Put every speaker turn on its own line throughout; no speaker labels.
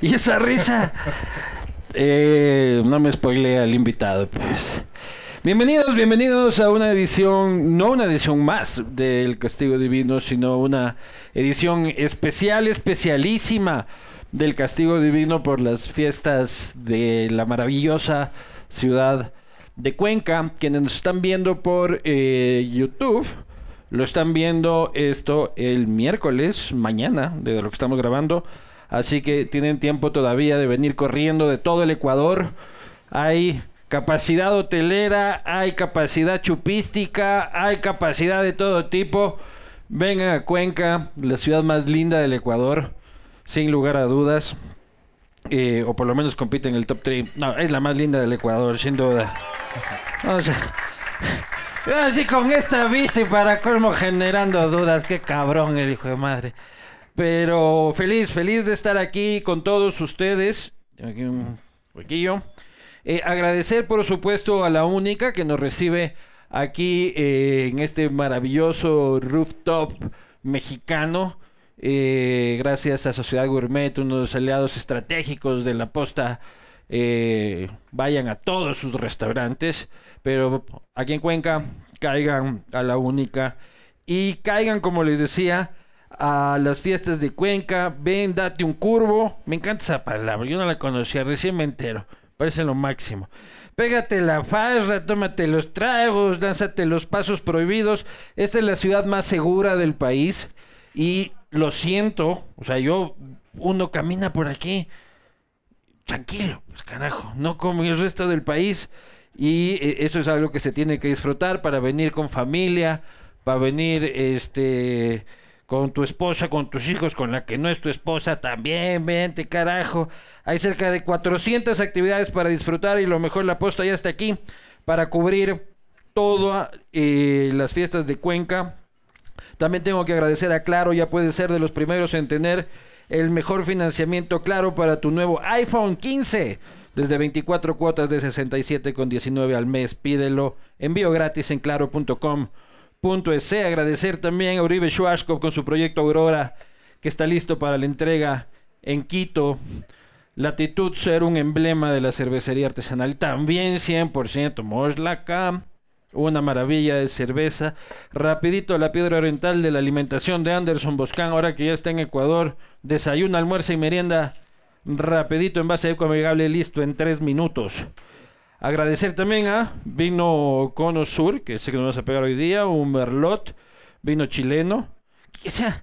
Y esa risa. Eh, no me spoile al invitado, pues. Bienvenidos, bienvenidos a una edición, no una edición más del Castigo Divino, sino una edición especial, especialísima del Castigo Divino por las fiestas de la maravillosa ciudad de Cuenca. Quienes nos están viendo por eh, YouTube, lo están viendo esto el miércoles, mañana, desde lo que estamos grabando. Así que tienen tiempo todavía de venir corriendo de todo el Ecuador. Hay capacidad hotelera, hay capacidad chupística, hay capacidad de todo tipo. Vengan a Cuenca, la ciudad más linda del Ecuador, sin lugar a dudas. Eh, o por lo menos compite en el top 3. No, es la más linda del Ecuador, sin duda. O sea, así con esta vista y para colmo generando dudas. Qué cabrón el hijo de madre. Pero feliz, feliz de estar aquí con todos ustedes. Aquí un huequillo. Eh, agradecer, por supuesto, a la única que nos recibe aquí eh, en este maravilloso rooftop mexicano. Eh, gracias a Sociedad Gourmet, unos aliados estratégicos de la posta. eh, vayan a todos sus restaurantes, pero aquí en Cuenca caigan a la única y caigan, como les decía, a las fiestas de Cuenca, ven, date un curvo. Me encanta esa palabra, yo no la conocía, recién me entero. Parece lo máximo. Pégate la farra, tómate los tragos, lánzate los pasos prohibidos. Esta es la ciudad más segura del país y lo siento, o sea, yo uno camina por aquí tranquilo, pues carajo, no como el resto del país y eh, eso es algo que se tiene que disfrutar para venir con familia, para venir este con tu esposa, con tus hijos, con la que no es tu esposa, también, vente, carajo. Hay cerca de 400 actividades para disfrutar y lo mejor la posta ya está aquí para cubrir todas eh, las fiestas de Cuenca. También tengo que agradecer a Claro, ya puede ser de los primeros en tener el mejor financiamiento claro para tu nuevo iPhone 15. Desde 24 cuotas de 67,19 al mes, pídelo. Envío gratis en claro.com. Punto es Agradecer también a Uribe Schwarzkopf con su proyecto Aurora, que está listo para la entrega en Quito. Latitud ser un emblema de la cervecería artesanal. También 100% Moslaca. Una maravilla de cerveza. Rapidito a la piedra oriental de la alimentación de Anderson Boscán, ahora que ya está en Ecuador. Desayuno, almuerzo y merienda. Rapidito en base ecoamigable, listo en 3 minutos. Agradecer también a vino Cono Sur, que sé que nos vas a pegar hoy día, un merlot, vino chileno. O sea,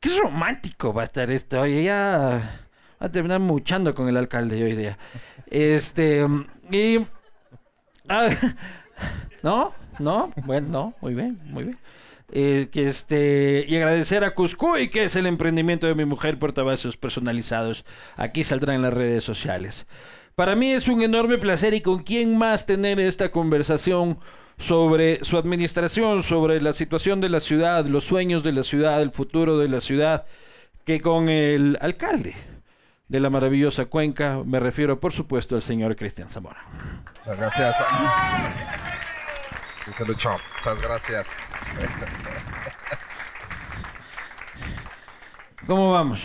qué romántico va a estar esto. Oye, ya va a terminar muchando con el alcalde hoy día. Este, y. Ah, ¿No? ¿No? Bueno, no, muy bien, muy bien. Eh, que este, y agradecer a Cuscuy, que es el emprendimiento de mi mujer, portavasos personalizados. Aquí saldrán en las redes sociales. Para mí es un enorme placer y con quién más tener esta conversación sobre su administración, sobre la situación de la ciudad, los sueños de la ciudad, el futuro de la ciudad, que con el alcalde de la maravillosa Cuenca. Me refiero, por supuesto, al señor Cristian Zamora.
Muchas gracias. Sí, Lucho. Muchas gracias.
¿Cómo vamos?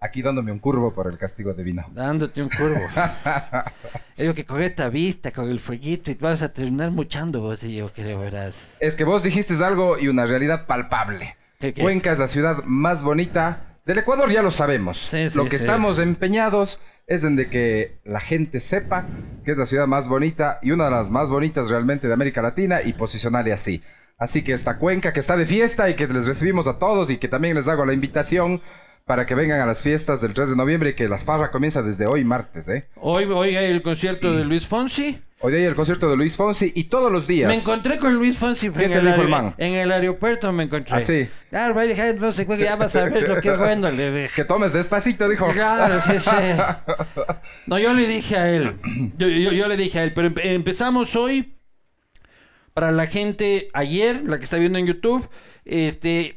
aquí dándome un curvo por el castigo divino.
Dándote un curvo. digo que con esta vista, con el fueguito, y vas a terminar muchando vos y yo creo, verás.
Es que vos dijiste algo y una realidad palpable. ¿Qué, qué? Cuenca es la ciudad más bonita del Ecuador, ya lo sabemos. Sí, sí, lo que sí, estamos empeñados es en de que la gente sepa que es la ciudad más bonita y una de las más bonitas realmente de América Latina y posicionarle así. Así que esta cuenca que está de fiesta y que les recibimos a todos y que también les hago la invitación para que vengan a las fiestas del 3 de noviembre, que las farra comienza desde hoy martes, ¿eh?
Hoy, hoy hay el concierto de Luis Fonsi.
Hoy día hay el concierto de Luis Fonsi y todos los días.
Me encontré con Luis Fonsi
¿Qué
en,
te
el
dijo
aer-
el man?
en el aeropuerto. Me encontré.
¿Ah, sí?
Claro, va a dejar, no sé qué, ya vas a ver lo que es bueno. Le dije.
Que tomes despacito, dijo.
Claro, sí, sí. No, yo le dije a él. Yo, yo- yo le dije a él, pero empe- empezamos hoy. Para la gente, ayer, la que está viendo en YouTube, este.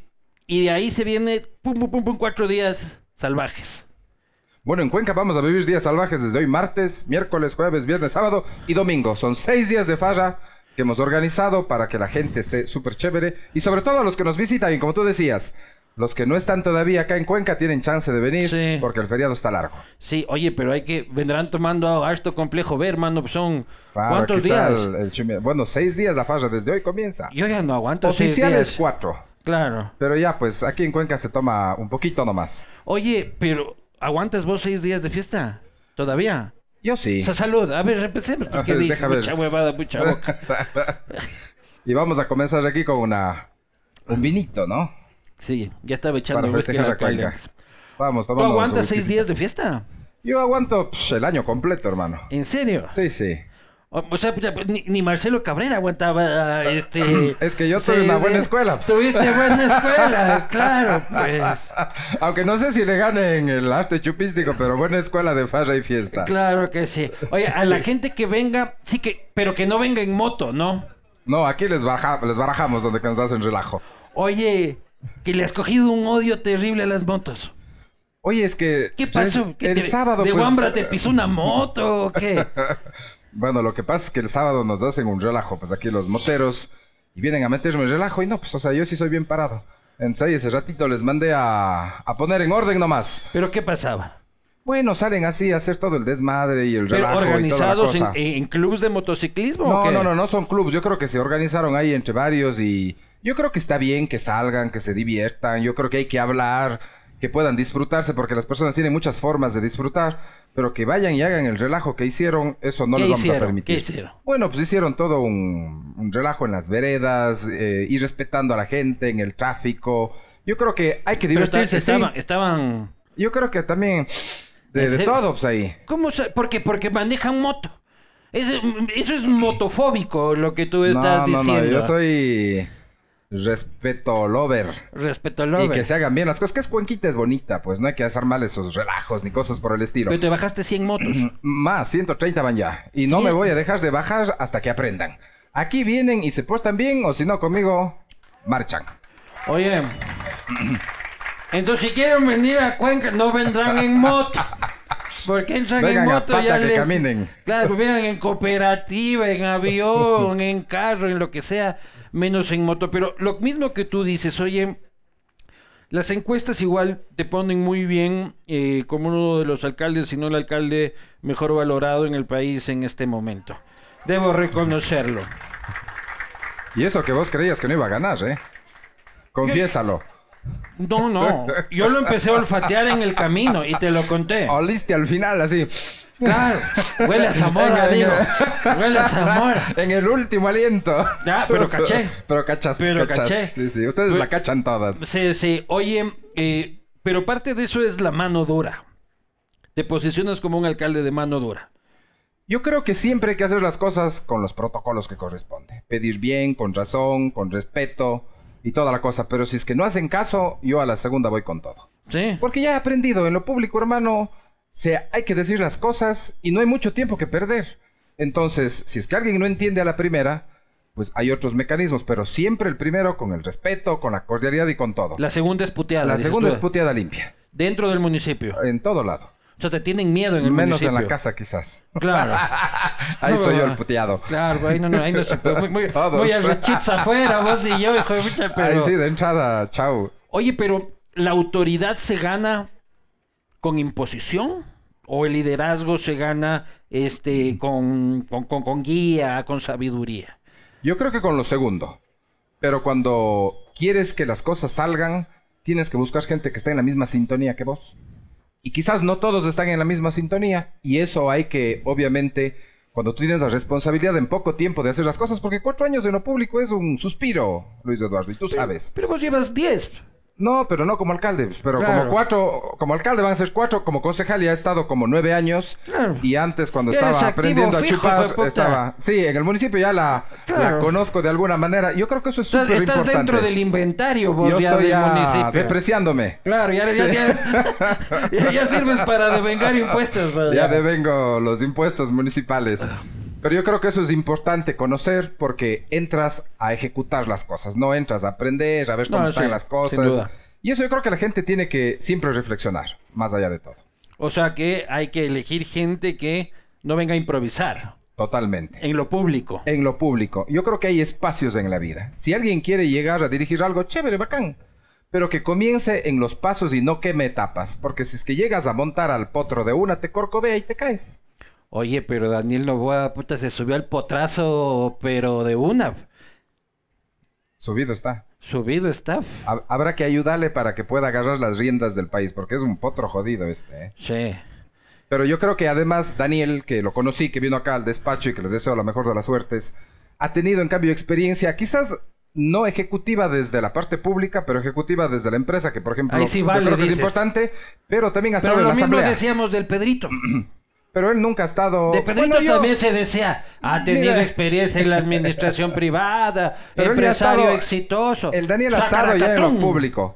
Y de ahí se viene, pum, pum, pum, pum, cuatro días salvajes.
Bueno, en Cuenca vamos a vivir días salvajes desde hoy martes, miércoles, jueves, viernes, sábado y domingo. Son seis días de farra que hemos organizado para que la gente esté súper chévere y sobre todo a los que nos visitan y como tú decías, los que no están todavía acá en Cuenca tienen chance de venir
Sí.
porque el feriado está largo.
Sí, oye, pero hay que. Vendrán tomando harto complejo ver, mano. pues Son.
Claro,
¿Cuántos
aquí está
días?
el- el chumi- bueno, seis días la farra desde hoy comienza.
Yo ya no aguanto. seis
Oficiales
días.
cuatro.
Claro.
Pero ya, pues aquí en Cuenca se toma un poquito nomás.
Oye, pero ¿aguantas vos seis días de fiesta? ¿Todavía?
Yo sí.
O sea, salud. A ver, empecemos. Pues,
A
¿Qué
ver,
dices?
deja ver.
Mucha huevada, mucha boca.
Y vamos a comenzar aquí con una un vinito, ¿no?
Sí, ya estaba echando
Para
whisky en
festejar
la
a Cuenca.
caliente.
Vamos,
¿Tú
tomamos.
aguantas
un
seis
whisky.
días de fiesta?
Yo aguanto psh, el año completo, hermano.
¿En serio?
Sí, sí.
O, o sea, puta, pues, ni, ni Marcelo Cabrera aguantaba este...
Es que yo tuve una buena escuela, pues.
Tuviste buena escuela, claro, pues.
Aunque no sé si le ganen el arte chupístico, pero buena escuela de farra y fiesta.
Claro que sí. Oye, a la gente que venga, sí que... Pero que no venga en moto, ¿no?
No, aquí les, baja, les barajamos donde que nos hacen relajo.
Oye, que le has cogido un odio terrible a las motos.
Oye, es que...
¿Qué
¿sabes?
pasó? ¿Qué
el
te-
sábado,
¿De
pues...
Wambra te pisó una moto o qué?
Bueno, lo que pasa es que el sábado nos hacen un relajo, pues aquí los moteros, y vienen a meterme el relajo, y no, pues, o sea, yo sí soy bien parado. Entonces ahí ese ratito les mandé a, a poner en orden nomás.
¿Pero qué pasaba?
Bueno, salen así a hacer todo el desmadre y el
¿Pero
relajo
¿Organizados
y
en,
toda la cosa.
en clubes de motociclismo o
No,
qué?
no, no, no son clubs. Yo creo que se organizaron ahí entre varios y yo creo que está bien que salgan, que se diviertan. Yo creo que hay que hablar, que puedan disfrutarse, porque las personas tienen muchas formas de disfrutar, pero que vayan y hagan el relajo que hicieron, eso no
¿Qué
les vamos
hicieron?
a permitir.
¿Qué hicieron?
Bueno, pues hicieron todo un, un relajo en las veredas, eh, ir respetando a la gente, en el tráfico. Yo creo que hay que
Pero esta-
divertirse, sí.
estaban, estaban...
Yo creo que también de,
¿En
de
serio?
todo, pues ahí.
¿Cómo se- Porque, porque manejan moto. Es- eso es motofóbico lo que tú
No,
estás
no, no,
diciendo.
yo soy respeto lover.
Respeto al
Y que
over.
se hagan bien las cosas. Que es Cuenquita es bonita, pues no hay que hacer mal esos relajos ni cosas por el estilo. Mm,
Pero te bajaste 100 motos.
Más, 130 van ya. Y no
Sí.
me voy a dejar de bajar hasta que aprendan. Aquí vienen y se portan bien, o si no, conmigo marchan.
Oye. Entonces, si quieren venir a Cuenca, no vendrán en moto. Porque entran
Vengan
en
a
moto
pata
ya
que
les-
caminen.
Claro, vengan en cooperativa, en avión, en carro, en lo que sea, menos en moto. Pero lo mismo que tú dices, oye, las encuestas igual te ponen muy bien eh, como uno de los alcaldes, si no el alcalde mejor valorado en el país en este momento. Debo reconocerlo.
Y eso que vos creías que no iba a ganar, ¿eh? Confiésalo.
No, no. Yo lo empecé a olfatear en el camino y te lo conté.
Oliste al final, así.
Claro, huele a Zamora,
En el-
digo. Huele a Zamora.
En el último aliento.
Ya, pero caché.
Pero Pues cachaste,
Pero
cachaste.
caché.
Sí, sí. Ustedes la cachan todas.
Sí, sí. Oye, eh, pero parte de eso es la mano dura. Te posicionas como un alcalde de mano dura.
Yo creo que siempre hay que hacer las cosas con los protocolos que corresponde. Pedir bien, con razón, con respeto y toda la cosa. Pero si es que no hacen caso, yo a la segunda voy con todo.
Sí.
Porque ya he aprendido en lo público, hermano, se, hay que decir las cosas y no hay mucho tiempo que perder. Entonces, si es que alguien no entiende a la primera, pues hay otros mecanismos, pero siempre el primero con el respeto, con la cordialidad y con todo. La,
La segunda es puteada. dices
segunda
tú,
es puteada limpia,
Dentro del municipio.
en todo lado.
O sea, te tienen miedo en el
Menos
municipio.
en la casa quizás.
Claro,
Ahí
No,
soy yo
mamá.
el puteado.
claro, ahí no, no, ahí no se puede. Muy, muy,
Todos.
muy arrechitos afuera, vos y yo, hijo de pucha, pero...
Ahí sí, de entrada, chao.
Oye, pero ¿la autoridad se gana con imposición? ¿O el liderazgo se gana este, con, con- con- con guía, con sabiduría?
Yo creo que con lo segundo. Pero cuando quieres que las cosas salgan, tienes que buscar gente que esté en la misma sintonía que vos. Y quizás no todos están en la misma sintonía. Y eso hay que, obviamente, cuando tú tienes la responsabilidad en poco tiempo de hacer las cosas, porque cuatro años en lo público es un suspiro, Luis Eduardo, y tú sabes.
Pero vos llevas 10.
No, pero no como alcalde, pues, pero claro. como cuatro, como alcalde van a ser cuatro, como concejal ya ha estado como nueve años claro. y antes cuando estaba activo, aprendiendo a chupar estaba, sí, en el municipio ya la, claro. la, conozco de alguna manera. Yo creo que eso es súper
importante. Estás dentro del inventario, vos,
Yo
ya
estoy
del
ya municipio. depreciándome.
Claro, ya, sí. ya, ya, ya, sirves para devengar impuestos. ¿verdad?
Ya Ah. devengo los impuestos municipales. Pero yo creo que eso es importante conocer porque entras a ejecutar las cosas, no entras a aprender, a ver cómo no, están sí, las cosas. Y eso yo creo que la gente tiene que siempre reflexionar, más allá de todo.
O sea que hay que elegir gente que no venga a improvisar.
Totalmente.
En lo público.
En lo público. Yo creo que hay espacios en la vida. Si alguien quiere llegar a dirigir algo, chévere, bacán. Pero que comience en los pasos y no queme etapas. Porque si es que llegas a montar al potro de una, te corcovea y te caes.
Oye, pero Daniel Novoa, puta, se subió al potrazo, pero de una.
Subido está.
Subido está.
Habrá que ayudarle para que pueda agarrar las riendas del país, porque es un potro jodido este. ¿eh?
Sí.
Pero yo creo que además Daniel, que lo conocí, que vino acá al despacho y que le deseo la mejor de las suertes, ha tenido en cambio experiencia, quizás no ejecutiva desde la parte pública, pero ejecutiva desde la empresa, que por ejemplo
Ahí sí vale,
yo creo que
dices.
es importante, pero también hasta
pero
en
lo
la
mismo
asamblea.
decíamos del Pedrito.
pero él nunca ha estado.
De Pedrito bueno, yo... también se desea. Ha tenido Mira. experiencia en la administración privada,
Pero
empresario
él ya ha estado-
exitoso.
El Daniel ha estado ya en lo público.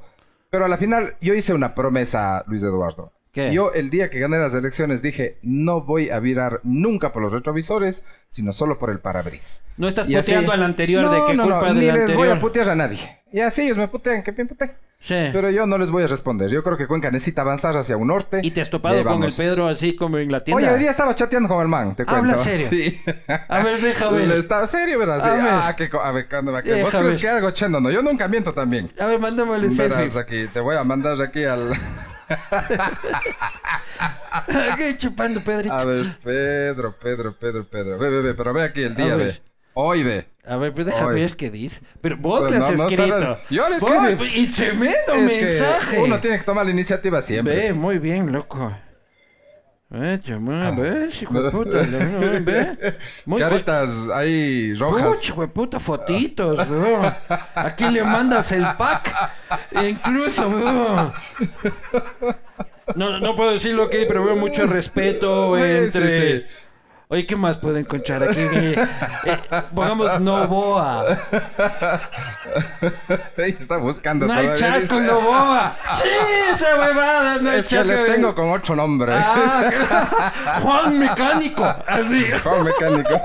Pero a la final, yo hice una promesa, Luis Eduardo.
¿Qué?
Yo, el día que gané las elecciones, dije: No voy a virar nunca por los retrovisores, sino solo por el parabris.
No estás
Y así-
puteando al anterior
No,
de que
no, no,
culpa
ni
del
les voy a
anterior. Eh.
putear a nadie. Y así ellos me putean, que bien putean.
Sí.
Pero yo no les voy a responder. Yo creo que Cuenca necesita avanzar hacia un norte.
Y te has
Y
topado
ahí
con el
vamos.
Pedro así como en la tienda.
Oye, hoy día estaba chateando con el man, te cuento.
Habla serio.
Sí.
A ver, déjame.
Le estaba serio, ¿verdad? Sí.
A ver.
Ah, que co- a ver, cuando me- que- ¿Vos
Deja
crees
ver.
que algo chendo? No, yo nunca miento también.
A ver, mándame el
Verás
selfie.
aquí, te voy a mandar aquí al.
Ah, ¿Qué chupando, Pedrito?
A ver, Pedro, Pedro, Pedro, Pedro. Ve, ve, ve, pero ve aquí el
A
día,
ver.
ve. Hoy ve.
A ver, pues déjame
Oye.
ver qué dice. Pero vos
Pero
le has
no, no está
escrito.
nada. Yo le
Vos-
escribí.
Y tremendo mensaje.
que uno tiene que tomar la iniciativa siempre.
Ve, muy bien, loco. Ve, chama,
Ah.
ves, hijo de puta. ve, ve. Muy bu-
Caritas ahí rojas.
Puch, hijo de puta, fotitos, weón. Aquí le mandas el pack. Incluso, weón. No, no puedo decir lo que hay, pero veo mucho respeto
Sí, sí,
entre...
sí.
Oye, ¿qué más puedo encontrar aquí? Eh, eh, pongamos Novoa.
Ahí está buscando
No hay
todavía,
chat
dice.
con Novoa. ¡Sí, esa huevada! No hay
Es que
chat.
le
güey.
tengo con otro nombre.
Ah, claro. Juan Mecánico. Así.
Juego mecánico.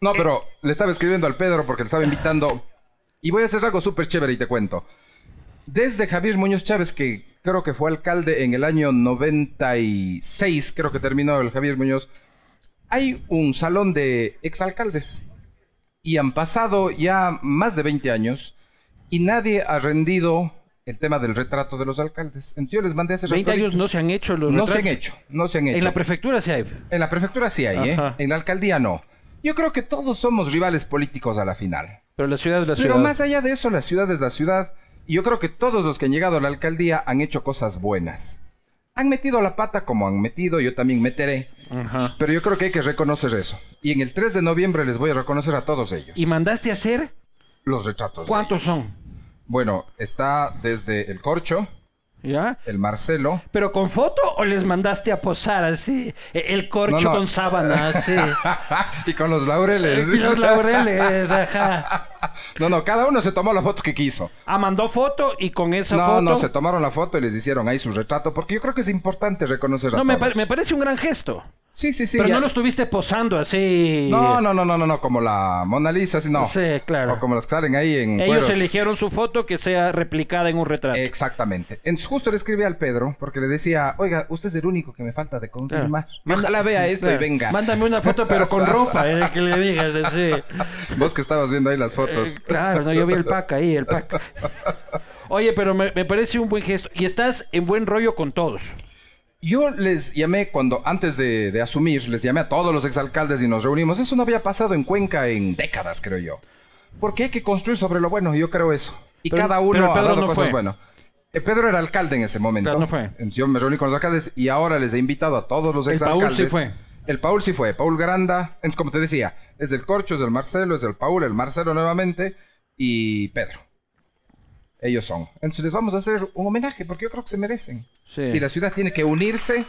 No, pero le estaba escribiendo al Pedro porque le estaba invitando. Y voy a hacer algo súper chévere y te cuento. Desde Javier Muñoz Chávez, que creo que fue alcalde en el año 96, creo que terminó el Javier Muñoz, hay un salón de exalcaldes. Y han pasado ya más de 20 años y nadie ha rendido el tema del retrato de los alcaldes. Entonces yo les mandé a hacer
20 años no se han hecho los
no se han
retratos.
hecho, no se han hecho.
En la prefectura sí hay.
En la prefectura sí hay, ¿eh?
Ajá.
En la alcaldía no. Yo creo que todos somos rivales políticos a la final.
Pero la ciudad es la ciudad.
Pero más allá de eso, la ciudad es la ciudad. Y yo creo que todos los que han llegado a la alcaldía han hecho cosas buenas. Han metido la pata como han metido, yo también meteré.
Ajá.
Pero yo creo que hay que reconocer eso. Y en el 3 de noviembre les voy a reconocer a todos ellos.
¿Y mandaste a hacer?
Los retratos. de
¿Cuántos
ellos.
son?
Bueno, está desde el Corcho,
¿Ya?
el Marcelo,
¿Pero con foto o les mandaste a posar así? E- El corcho
No, no.
con sábana, así.
y con los laureles.
y los laureles, ajá.
No, no, cada uno se tomó la foto que quiso.
Ah, mandó foto y con esa
no,
foto...
no, se tomaron la foto y les hicieron ahí su retrato, porque yo creo que es importante reconocer a
No, me,
todos.
pa- me parece un gran gesto.
Sí, sí, sí.
pero
ya-
no lo estuviste posando así.
no, no, no, no, no, no, como la Mona Lisa, sí, no.
Sí, claro.
O como las que salen ahí en
Ellos
cueros. Eh,
eligieron su foto que sea replicada en un retrato.
Exactamente. Entonces justo le escribí al Pedro, porque le decía, oiga, usted es el único que me falta de
Claro.
confirmar.
Ah. Manda-
Ojalá vea esto y
claro.
venga.
Mándame una foto, pero con ropa, eh, que le digas así.
Vos que estabas viendo ahí las fotos.
Eh, claro, no, yo vi el pack ahí, el pack. Oye, pero me, me parece un buen gesto. Y estás en buen rollo con todos.
Yo les llamé cuando, antes de, de asumir, les llamé a todos los exalcaldes y nos reunimos. Eso no había pasado en Cuenca en décadas, creo yo. Porque hay que construir sobre lo bueno, yo creo eso. Y
Pero-
cada
pero el
uno ha
Pedro
dado
no
cosas
fue.
buenas. Eh, Pedro era alcalde en ese momento.
Claro, no fue.
Entonces Yo me reuní con los alcaldes y ahora les he invitado a todos los
El Paul
exalcaldes.
sí fue.
El Paul sí fue. Paul Granda, entonces, como te decía, es el Corcho, es el Marcelo, es el Paul, el Marcelo nuevamente y Pedro. ellos son. Entonces les vamos a hacer un homenaje porque yo creo que se merecen.
Sí.
Y la ciudad tiene que unirse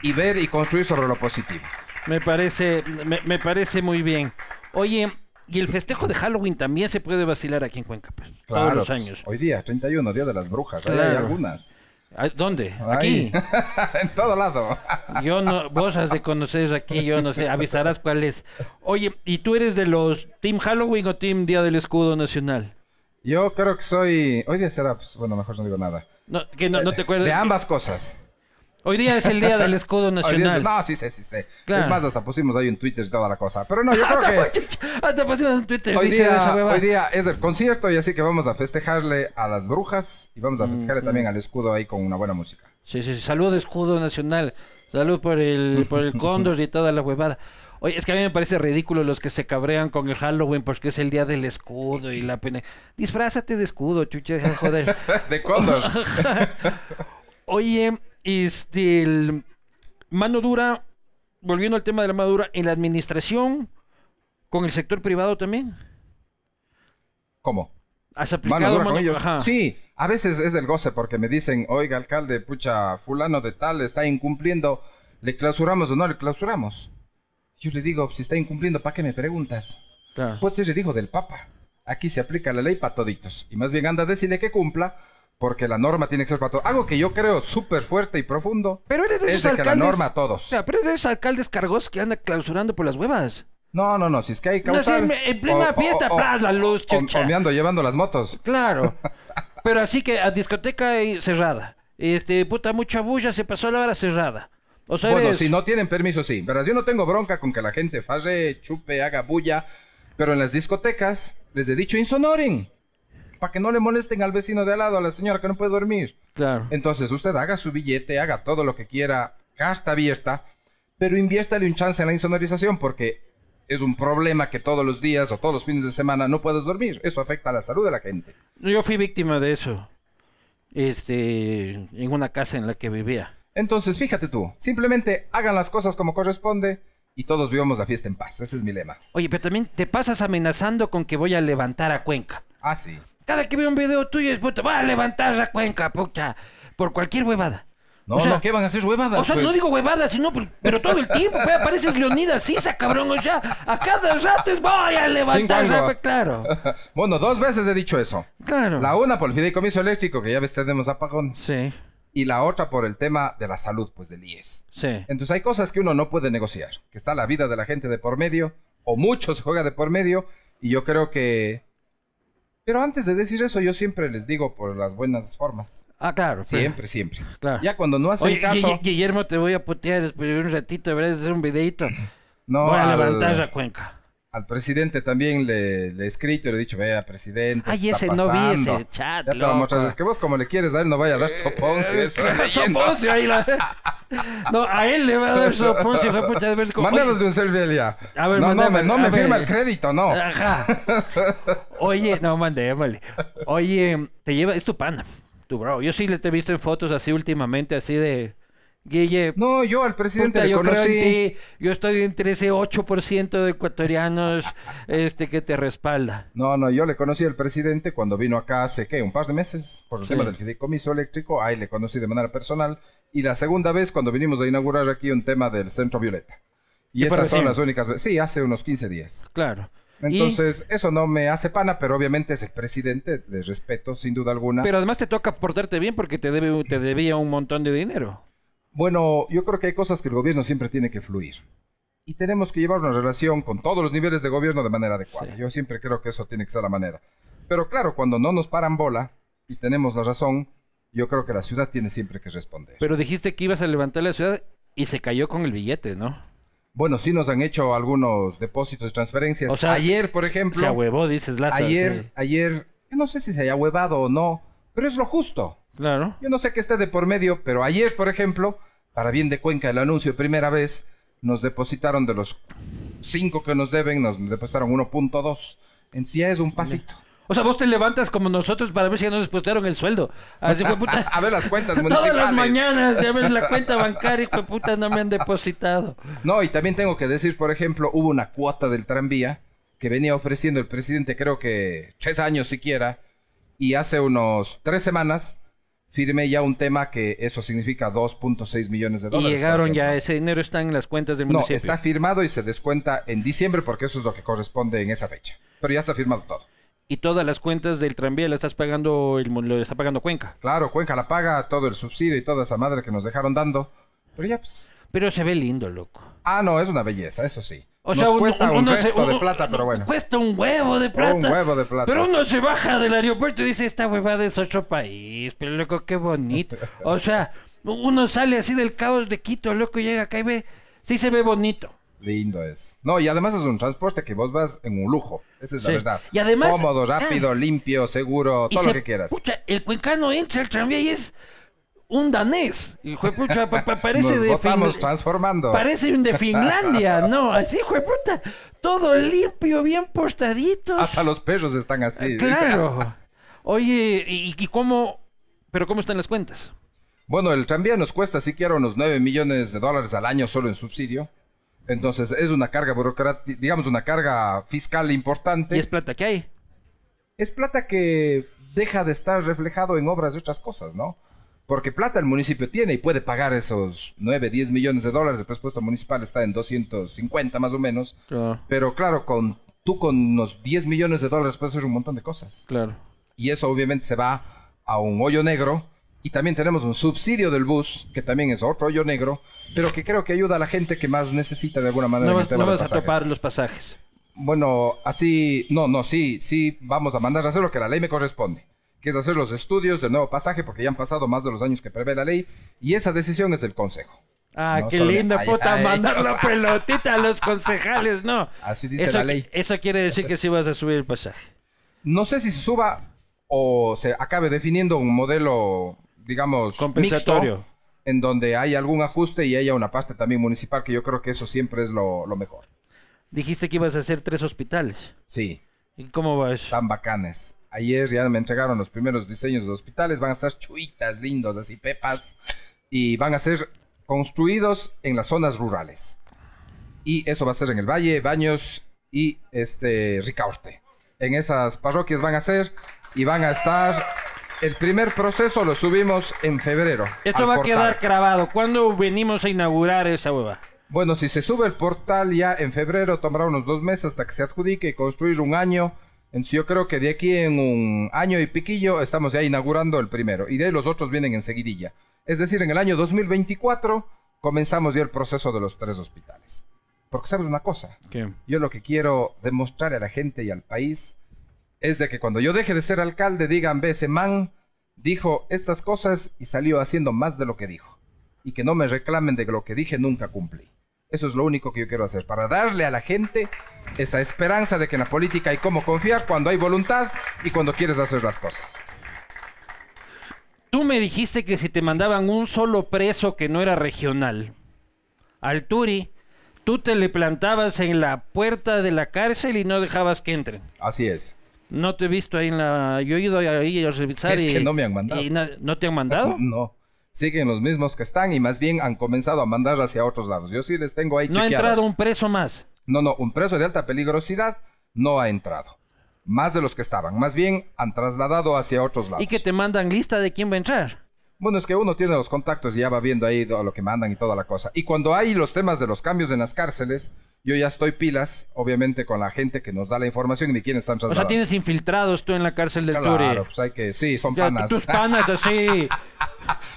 y ver y construir sobre lo positivo.
Me parece, me, me parece muy bien. Oye, y el festejo de Halloween también se puede vacilar aquí en Cuenca, pues, todos los
pues,
años.
Hoy día, 31, Día de las Brujas. Ahí hay
Claro.
algunas.
¿A- ¿Dónde?
Ahí.
Aquí.
en todo lado.
Yo no, vos has de conocer aquí, yo no sé, avisarás cuál es. Oye, ¿y tú eres de los Team Halloween o Team Día del Escudo Nacional?
Yo creo que soy. Hoy día será, pues, bueno, mejor no digo nada.
No, que no, no te acuerdas.
De ambas cosas.
Hoy día es el Día del Escudo
Hoy día
Nacional.
es- no, sí, sí, sí. sí.
Claro.
Es más, hasta pusimos ahí en Twitter y toda la cosa. Pero no, yo creo
Hasta,
que.
pues, hasta pusimos en Twitter,
Hoy
dice esa
día,
hueva.
hoy día es el concierto y así que vamos a festejarle a las brujas y vamos a festejarle también al escudo ahí con una buena música.
Sí, sí, sí, salud Escudo Nacional. Salud por el, por el cóndor y toda la huevada. Oye, es que a mí me parece ridículo los que se cabrean con el Halloween porque es el día del escudo y la pena. Disfrázate de escudo, chucha, deja de joder.
De cóndor.
Oye, este, el- mano dura, volviendo al tema de la mano dura, en la administración, con el sector privado también.
¿Cómo?
¿Has aplicado
Mano dura con
mano-
ellos.
Ajá.
Sí, a veces es el goce porque me dicen, oiga, alcalde, pucha, fulano de tal está incumpliendo, ¿le clausuramos o no le clausuramos? Yo le digo, si está incumpliendo, ¿para qué me preguntas? Pues
Claro.
Puede ser el hijo del Papa. Aquí se aplica la ley para toditos. Y más bien anda a decirle que cumpla, porque la norma tiene que ser para todos. Algo que yo creo súper fuerte y profundo.
Pero eres de
es
esos
de que la
alcaldes.
norma a todos.
O sea, pero eres de esos alcaldes cargos que anda clausurando por las huevas.
No, no, no, si es que hay causal...
No, sí, en plena fiesta, ¡pras! la luz,
o-
chucha.
o me ando llevando las motos.
Claro. Pero así que a discoteca y cerrada. Este, puta, mucha bulla, se pasó la hora cerrada. O sea,
Bueno,
eres-
si no tienen permiso, sí. Verás, yo no tengo bronca con que la gente falle, chupe, haga bulla, pero en las discotecas les he dicho insonoren. Para que no le molesten al vecino de al lado, a la señora que no puede dormir.
Claro.
Entonces usted haga su billete, haga todo lo que quiera, carta abierta, pero inviértale un chance en la insonorización porque es un problema que todos los días o todos los fines de semana no puedes dormir. Eso afecta a la salud de la gente.
Yo fui víctima de eso. Este, en una casa en la que vivía.
Entonces, fíjate tú, simplemente hagan las cosas como corresponde y todos vivamos la fiesta en paz. Ese es mi lema.
Oye, pero también te pasas amenazando con que voy a levantar a Cuenca.
Ah, sí.
Cada que veo un video tuyo es puta, va a levantar a Cuenca, puta. Por cualquier huevada.
No,
O sea,
no, ¿qué van a hacer huevadas?
O sea, no
pues?
digo huevadas, sino, por- pero todo el tiempo, pues, apareces Leonidas Sisa, cabrón. O sea, a cada rato es voy a levantar
Cinco
a
algo.
Cuenca. Claro,
bueno, dos veces he dicho eso.
claro.
La una por el fideicomiso eléctrico, que ya ves tenemos apagón,
Sí,
y la otra por el tema de la salud, pues del IES.
sí.
Entonces hay cosas que uno no puede negociar, que está la vida de la gente de por medio, o mucho se juega de por medio, y yo creo que... Pero antes de decir eso, yo siempre les digo por las buenas formas.
Ah, claro.
Siempre, siempre.
Claro.
Ya cuando no hacen
Oye,
caso...
Guille- Guillermo, te voy a putear después de un ratito, deberás hacer un videito.
no,
voy a
al-
levantar a Cuenca.
Al presidente también le, le he escrito y le he dicho, vea, presidente.
Ay,
¿qué está
ese no vi ese
pasando?".
chat,
Ya te vamos a mostrar,
Ah, loco.
Es que vos, como le quieres a él, no vaya a dar soponcio. eso, leyendo.
Soponcio pues, ahí la... No, a él le va a dar soponcio. hijo de puta, a ver pues, cómo-
Mándanos de un selfie ya.
A ver,
no, no,
mándame,
me, no
a
me
ver. Ah.
firma el crédito, no.
Ajá. Oye, no, mande, vale. Oye, te lleva, es tu pana, tu bro. Yo sí le te he visto en fotos así últimamente, así de... Guille,
No, yo al presidente
puta,
le
yo creo
conocí.
en ti. Yo estoy entre ese 8% de ecuatorianos este, que te respalda.
No, no, yo le conocí al presidente cuando vino acá hace, ¿qué? Un par de meses, por el
Sí.
tema del fideicomiso eléctrico. Ahí le conocí de manera personal. Y la segunda vez cuando vinimos a inaugurar aquí un tema del Centro Violeta. Y
Que fue
esas son
recién.
las únicas veces. Sí, hace unos 15 días.
Claro. Y-
Entonces, eso no me hace pana, pero obviamente es el presidente, le respeto sin duda alguna.
Pero además te toca portarte bien porque te, debe, te debía un montón de dinero.
Bueno, yo creo que hay cosas que el gobierno siempre tiene que fluir. Y tenemos que llevar una relación con todos los niveles de gobierno de manera adecuada. Yo siempre creo que eso tiene que ser la manera. Pero claro, cuando no nos paran bola y tenemos la razón, yo creo que la ciudad tiene siempre que responder.
Pero dijiste que ibas a levantar la ciudad y se cayó con el billete, ¿no?
Bueno, sí nos han hecho algunos depósitos y transferencias.
O sea,
ayer, por
Se
ejemplo,
ahuevó, dices, Lázaro.
ayer,
sí.
ayer, yo no sé si se haya huevado o no, pero es lo justo.
Claro.
Yo no sé qué esté de por medio, pero ayer, por ejemplo, para bien de Cuenca, el anuncio de primera vez, nos depositaron de los cinco que nos deben, nos depositaron 1.2. En sí ya es un pasito.
O sea, vos te levantas como nosotros para ver si ya nos explotaron el sueldo. Así fue puta.
A ver las cuentas
Todas las
municipales.
mañanas, ya ves la cuenta bancaria, hijo de puta, no me han depositado.
No, y también tengo que decir, por ejemplo, hubo una cuota del tranvía que venía ofreciendo el presidente, creo que tres años siquiera, y hace unos tres semanas firmé ya un tema que eso significa 2.6 millones de dólares.
Y llegaron ya, ese dinero está en las cuentas del
no,
municipio.
está firmado y se descuenta en diciembre porque eso es lo que corresponde en esa fecha. Pero ya está firmado todo.
Y todas las cuentas del tranvía las estás pagando, el, lo está pagando Cuenca.
Claro, Cuenca la paga, todo el subsidio y toda esa madre que nos dejaron dando. Pero ya pues.
Pero se ve lindo, loco.
Ah, no, es una belleza, eso sí. O sea, Nos cuesta
uno, uno,
un
uno
resto
se-
de plata,
uno-
pero bueno.
Cuesta un huevo de plata.
Un huevo de plata.
Pero uno se baja del aeropuerto y dice, esta huevada es otro país, pero loco, qué bonito. O sea, uno sale así del caos de Quito, loco, y llega acá y ve, sí se ve bonito.
Lindo es. No, y además es un transporte que vos vas en un lujo. Esa es la
Sí.
verdad.
Y además- ah.
Cómodo, rápido, limpio, seguro,
Y
todo lo
se-
que quieras.
pucha, el cuencano entra al tranvía y es un danés. Y jue- pucha, pa- pa- parece
Nos
de
votamos
Finla-
transformando.
Parece un de Finlandia, no, así jue puta, todo limpio, bien postadito.
Hasta los perros están así.
Claro. Oye, ¿y, y cómo? ¿Pero cómo están las cuentas?
Bueno, el tranvía nos cuesta siquiera unos 9 millones de dólares al año solo en subsidio. Entonces es una carga burocrática, digamos una carga fiscal importante.
¿Y es plata que hay?
es plata que deja de estar reflejado en obras de otras cosas, ¿no? Porque plata el municipio tiene y puede pagar esos 9, 10 millones de dólares. El presupuesto municipal está en 250 más o menos.
Claro,
Pero claro, con, tú con unos 10 millones de dólares puedes hacer un montón de cosas.
claro.
Y eso obviamente se va a un hoyo negro. Y también tenemos un subsidio del bus, que también es otro hoyo negro, pero que creo que ayuda a la gente que más necesita de alguna manera.
No
en el
vas,
tema
no
de
vas a
pasaje.
topar los pasajes.
Bueno, así, no, no, sí, sí, vamos a mandar a hacer lo que la ley me corresponde, que es hacer los estudios del nuevo pasaje, porque ya han pasado más de los años que prevé la ley, y esa decisión es del Consejo.
Ah,
No
qué
son-
linda
ay,
puta
ay,
mandar
o
la
sea.
pelotita a los concejales, no.
Así dice
eso,
la ley.
Eso quiere decir que sí vas a subir el pasaje.
No sé si se suba o se acabe definiendo un modelo, digamos,
Compensatorio.
mixto, en donde hay algún ajuste y haya una parte también municipal, que yo creo que eso siempre es lo, lo mejor.
Dijiste que ibas a hacer tres hospitales.
Sí,
¿Y cómo vas?
están Pues, bacanes. Ayer ya me entregaron los primeros diseños de los hospitales, van a estar chuitas, lindos, así pepas, y van a ser construidos en las zonas rurales. Y eso va a ser en el Valle, Baños y este Ricaurte. En esas parroquias van a ser y van a estar. El primer proceso lo subimos en febrero.
Esto
al
va a
portal.
quedar grabado. ¿Cuándo venimos a inaugurar esa hueva?
Bueno, si se sube el portal ya en febrero, tomará unos dos meses hasta que se adjudique y construir un año. Entonces yo creo que de aquí en un año y piquillo estamos ya inaugurando el primero y de ahí los otros vienen enseguidilla. Es decir, en el año 2024 comenzamos ya el proceso de los tres hospitales. Porque sabes una cosa,
¿Qué?
yo lo que quiero demostrar a la gente y al país es de que cuando yo deje de ser alcalde digan, ve, ese man dijo estas cosas y salió haciendo más de lo que dijo. Y que no me reclamen de que lo que dije nunca cumplí. Eso es lo único que yo quiero hacer, para darle a la gente esa esperanza de que en la política hay cómo confiar cuando hay voluntad y cuando quieres hacer las cosas.
Tú me dijiste que si te mandaban un solo preso que no era regional, al Turi, tú te le plantabas en la puerta de la cárcel y no dejabas que entren.
Así es.
No te he visto ahí en la... Yo he ido ahí a revisar
Es
y...
que no me han mandado.
y na- ¿No te han mandado?
No. Siguen los mismos que están y más bien han comenzado a mandar hacia otros lados. Yo sí les tengo ahí
No ha
chequeados.
entrado un preso más.
No, no, un preso de alta peligrosidad no ha entrado. Más de los que estaban. Más bien han trasladado hacia otros lados.
Y que te mandan lista de quién va a entrar.
Bueno, es que uno tiene los contactos y ya va viendo ahí todo lo que mandan y toda la cosa. Y cuando hay los temas de los cambios en las cárceles, yo ya estoy pilas, obviamente, con la gente que nos da la información y de quién están
O sea,
trasladando.
tienes infiltrados tú en la cárcel del
Claro,
Turi.
pues hay que... Sí, son
Ya,
panas.
Tus panas así.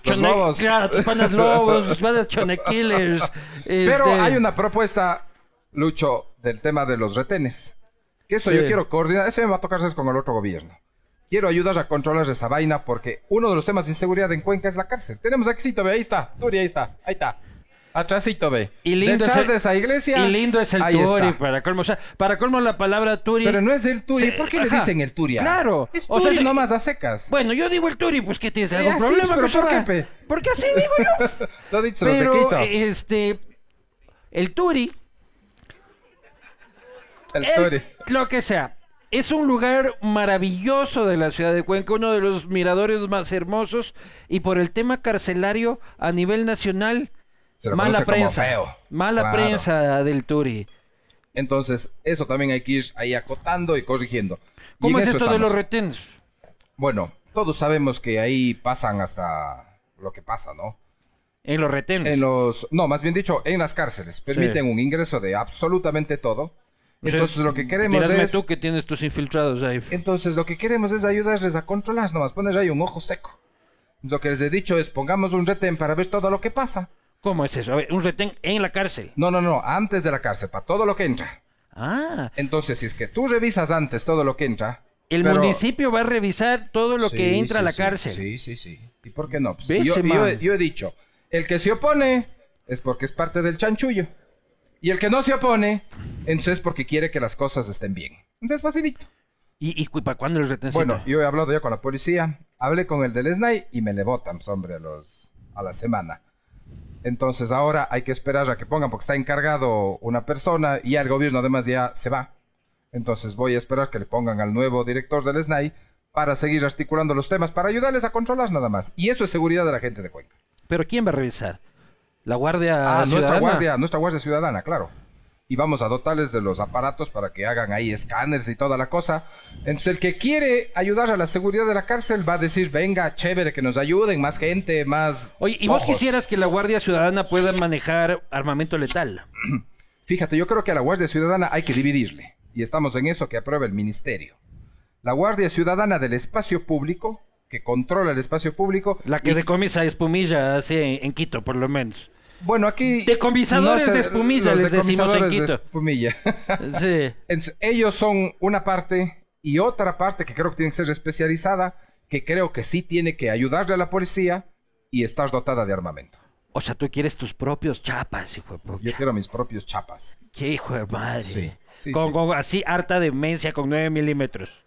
Los
Chone-
lobos.
Claro, tus panas lobos, tus panas chonequillers.
Pero
este,
hay una propuesta, Lucho, del tema de los retenes. Que eso
Sí.
yo quiero coordinar, eso me va a tocar hacer con el otro gobierno. Quiero ayudar a controlar esa vaina porque uno de los temas de inseguridad en Cuenca es la cárcel. Tenemos éxito, ve, ahí está, Turi, ahí está, ahí está. Atrásito, ve.
Y lindo
Detrás
es el-
de esa iglesia.
Y lindo es el
ahí
Turi,
está.
para colmo. O sea, para colmo la palabra Turi.
Pero no es el Turi,
Sí,
¿por qué
ajá.
le dicen el Turi? ah?
Claro.
Es
O
Turi
sea, sí.
nomás a secas.
Bueno, yo digo el Turi, pues que tienes
Ya,
algún
Eh, sí,
problema,
pero ¿por
persona?
qué, pe?
Porque así digo yo.
Lo dicho, los de
pero,
Quito.
este. El Turi,
El
el-
Turi.
lo que sea. Es un lugar maravilloso de la ciudad de Cuenca, uno de los miradores más hermosos y por el tema carcelario a nivel nacional,
Se lo
mala
conoce como
prensa.
feo.
Mala
Claro.
prensa del Turi.
Entonces, eso también hay que ir ahí acotando y corrigiendo. Y
¿Cómo
en
es
eso
esto de los
estamos.
retenes?
Bueno, todos sabemos que ahí pasan hasta lo que pasa, ¿no?
En los retenes.
En los, no, más bien dicho, en las cárceles. Permiten sí. un ingreso de absolutamente todo.
O sea,
Entonces lo que queremos
díganme
es...
Mm, tú que tienes tus infiltrados ahí.
Entonces lo que queremos es ayudarles a controlar, nomás pones ahí un ojo seco. Lo que les he dicho es pongamos un retén para ver todo lo que pasa.
¿Cómo es eso? A ver, un retén en la cárcel.
No, no, no, antes de la cárcel, para todo lo que entra.
Ah.
Entonces si es que tú revisas antes todo lo que entra...
El
pero-
municipio va a revisar todo lo
Sí,
que entra a
sí,
la
sí,
cárcel.
Sí, sí, sí. ¿Y por qué no? Pues,
Ve
yo,
ese
yo-
man.
yo he dicho, el que se opone es porque es parte del chanchullo. Y el que no se opone, entonces es porque quiere que las cosas estén bien. Entonces facilito.
¿Y, y cu- para cuándo el retencito?
Bueno, yo he hablado ya con la policía, hablé con el del SNAI y me le botan, pues, hombre, a, los, a la semana. Entonces ahora hay que esperar a que pongan, porque está encargado una persona y ya el gobierno además ya se va. Entonces voy a esperar que le pongan al nuevo director del SNAI para seguir articulando los temas, para ayudarles a controlar nada más. Y eso es seguridad de la gente de Cuenca.
¿Pero quién va a revisar? ¿La guardia
Ah, nuestra
Ciudadana?
guardia, nuestra guardia ciudadana, claro. Y vamos a dotarles de los aparatos para que hagan ahí escáneres y toda la cosa. Entonces el que quiere ayudar a la seguridad de la cárcel va a decir, venga, chévere, que nos ayuden, más gente, más...
Oye, ¿y vos
ojos".
quisieras que la Guardia Ciudadana pueda manejar armamento letal?
Fíjate, yo creo que a la Guardia Ciudadana hay que dividirle. Y estamos en eso que aprueba el Ministerio. La Guardia Ciudadana del Espacio Público, que controla el espacio público...
La que
y-
decomisa espumilla así en, en Quito, por lo menos.
Bueno, aquí...
Decomisadores de espumilla,
los
les decimos en
decomisadores de
Quito.
espumilla.
Sí.
Entonces, ellos son una parte y otra parte que creo que tiene que ser especializada, que creo que sí tiene que ayudarle a la policía y estar dotada de armamento.
O sea, tú quieres tus propios chapas, hijo de puta.
Yo quiero mis propios chapas.
Qué hijo de madre.
Sí, sí,
con,
sí.
con así harta demencia con 9 milímetros.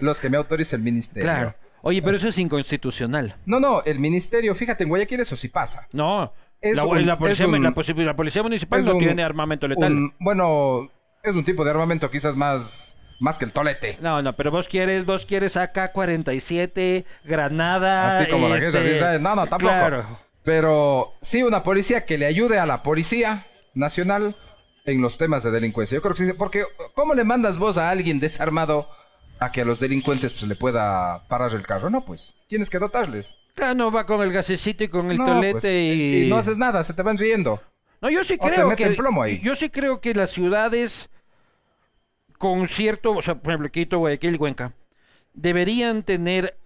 Los que me autorice el ministerio.
Claro. Oye, pero eso es inconstitucional.
No, no, el ministerio, fíjate, en Guayaquil eso sí pasa.
No.
Es
la,
un-
la policía,
es un-
la posi- la policía municipal
Es
no
un-
tiene armamento letal.
un- bueno, es un tipo de armamento quizás más, más que el tolete.
No, no, pero vos quieres, vos quieres AK-47, Granada.
Así como la
este,
guerra de Israel. No, no, tampoco.
Claro.
Pero sí una policía que le ayude a la policía nacional en los temas de delincuencia. Yo creo que sí, porque ¿cómo le mandas vos a alguien desarmado a que a los delincuentes pues, le pueda parar el carro? No, pues, tienes que dotarles.
Claro, no va con el gasecito y con el
No,
tolete
pues,
y...
no haces nada, se te van riendo.
No, yo sí
o te
creo
meten
que...
plomo ahí.
Yo sí creo que las ciudades con cierto... O sea, por ejemplo, Quito, Guayaquil, Cuenca, deberían tener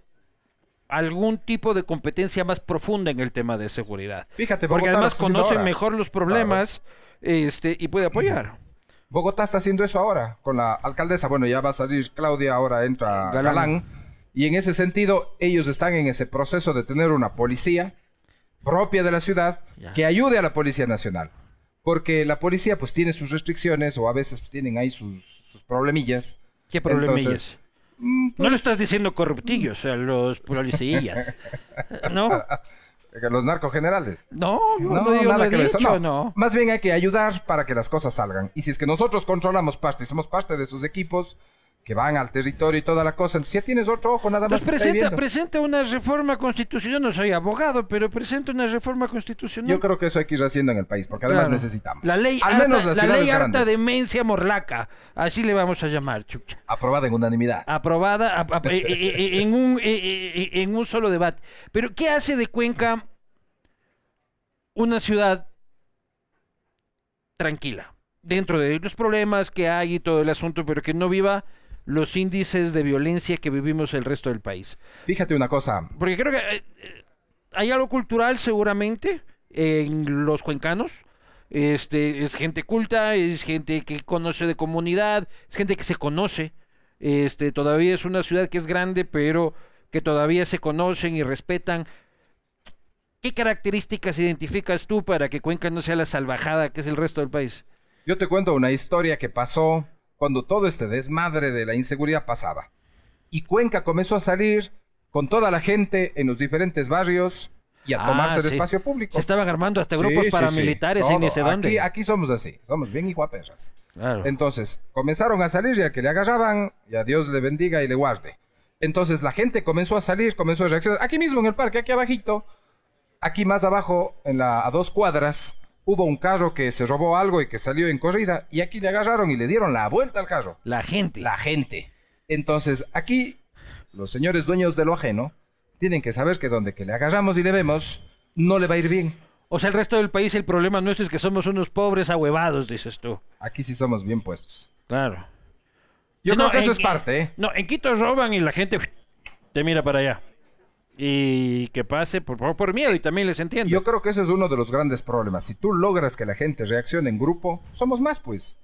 algún tipo de competencia más profunda en el tema de seguridad.
Fíjate,
Porque
Bogotá lo
además
está haciendo
conocen
ahora.
mejor los problemas este, y puede apoyar.
Bogotá está haciendo eso ahora con la alcaldesa. Bueno, ya va a salir Claudia, ahora entra
Galán.
Galán. Y en ese sentido, ellos están en ese proceso de tener una policía propia de la ciudad
Ya.
que ayude a la Policía Nacional. Porque la policía pues tiene sus restricciones o a veces pues, tienen ahí sus, sus problemillas.
¿Qué problemillas?
Entonces, mm,
No le
pues,
estás diciendo corruptillos a los policías. ¿No?
Los narcogenerales.
No, yo
No,
no, digo lo
nada
he
que ver, eso
dicho,
no.
no.
Más bien hay que ayudar para que las cosas salgan. Y si es que nosotros controlamos parte y somos parte de sus equipos que van al territorio y toda la cosa, entonces ya tienes otro ojo nada más.
Entonces
que está ahí
presenta,
viendo.
presenta una reforma constitucional. Yo no soy abogado, pero presenta una reforma constitucional.
Yo creo que eso hay que ir haciendo en el país, porque además
Claro.
necesitamos.
La ley
al
harta,
menos las
la
ciudades
ley harta
grandes,
demencia morlaca. Así le vamos a llamar, chucha.
aprobada en unanimidad.
Ah. aprobada ap- ap- eh, eh, eh, en, un, eh, eh, eh, en un solo debate. Pero ¿qué hace de Cuenca una ciudad tranquila? Dentro de los problemas que hay y todo el asunto, pero que no viva los índices de violencia que vivimos el resto del país.
Fíjate una cosa,
Porque creo que eh, eh, hay algo cultural seguramente en los cuencanos. Este, es gente culta, es gente que conoce de comunidad, es gente que se conoce. Este, todavía es una ciudad que es grande, pero que todavía se conocen y respetan. ¿Qué características identificas tú para que Cuenca no sea la salvajada que es el resto del país?
yo te cuento una historia que pasó cuando todo este desmadre de la inseguridad pasaba. Y Cuenca comenzó a salir con toda la gente en los diferentes barrios y a
Ah,
tomarse el
sí.
espacio público.
Se estaban armando hasta grupos
Sí, sí, sí.
paramilitares en
Todo.
ese dónde. Ah.
Aquí, aquí somos así, somos bien iguaperras.
Claro.
Entonces, comenzaron a salir y a que le agarraban, y a Dios le bendiga y le guarde. Entonces, la gente comenzó a salir, comenzó a reaccionar. Aquí mismo en el parque, aquí abajito, aquí más abajo, en la, a dos cuadras, hubo un carro que se robó algo y que salió en corrida, y aquí le agarraron y le dieron la vuelta al carro.
La gente.
La gente. Entonces, aquí los señores dueños de lo ajeno tienen que saber que donde que le agarramos y le vemos, no le va a ir bien.
O sea, el resto del país, el problema nuestro es que somos unos pobres ahuevados, dices tú.
Aquí sí somos bien puestos.
Claro.
Yo
Sí,
creo
no,
que eso
en-
es parte, ¿eh?
No, en Quito roban y la gente te mira para allá. Y que pase por, por, por miedo, y también les entiendo.
Yo creo que ese es uno de los grandes problemas. Si tú logras que la gente reaccione en grupo, somos más, pues.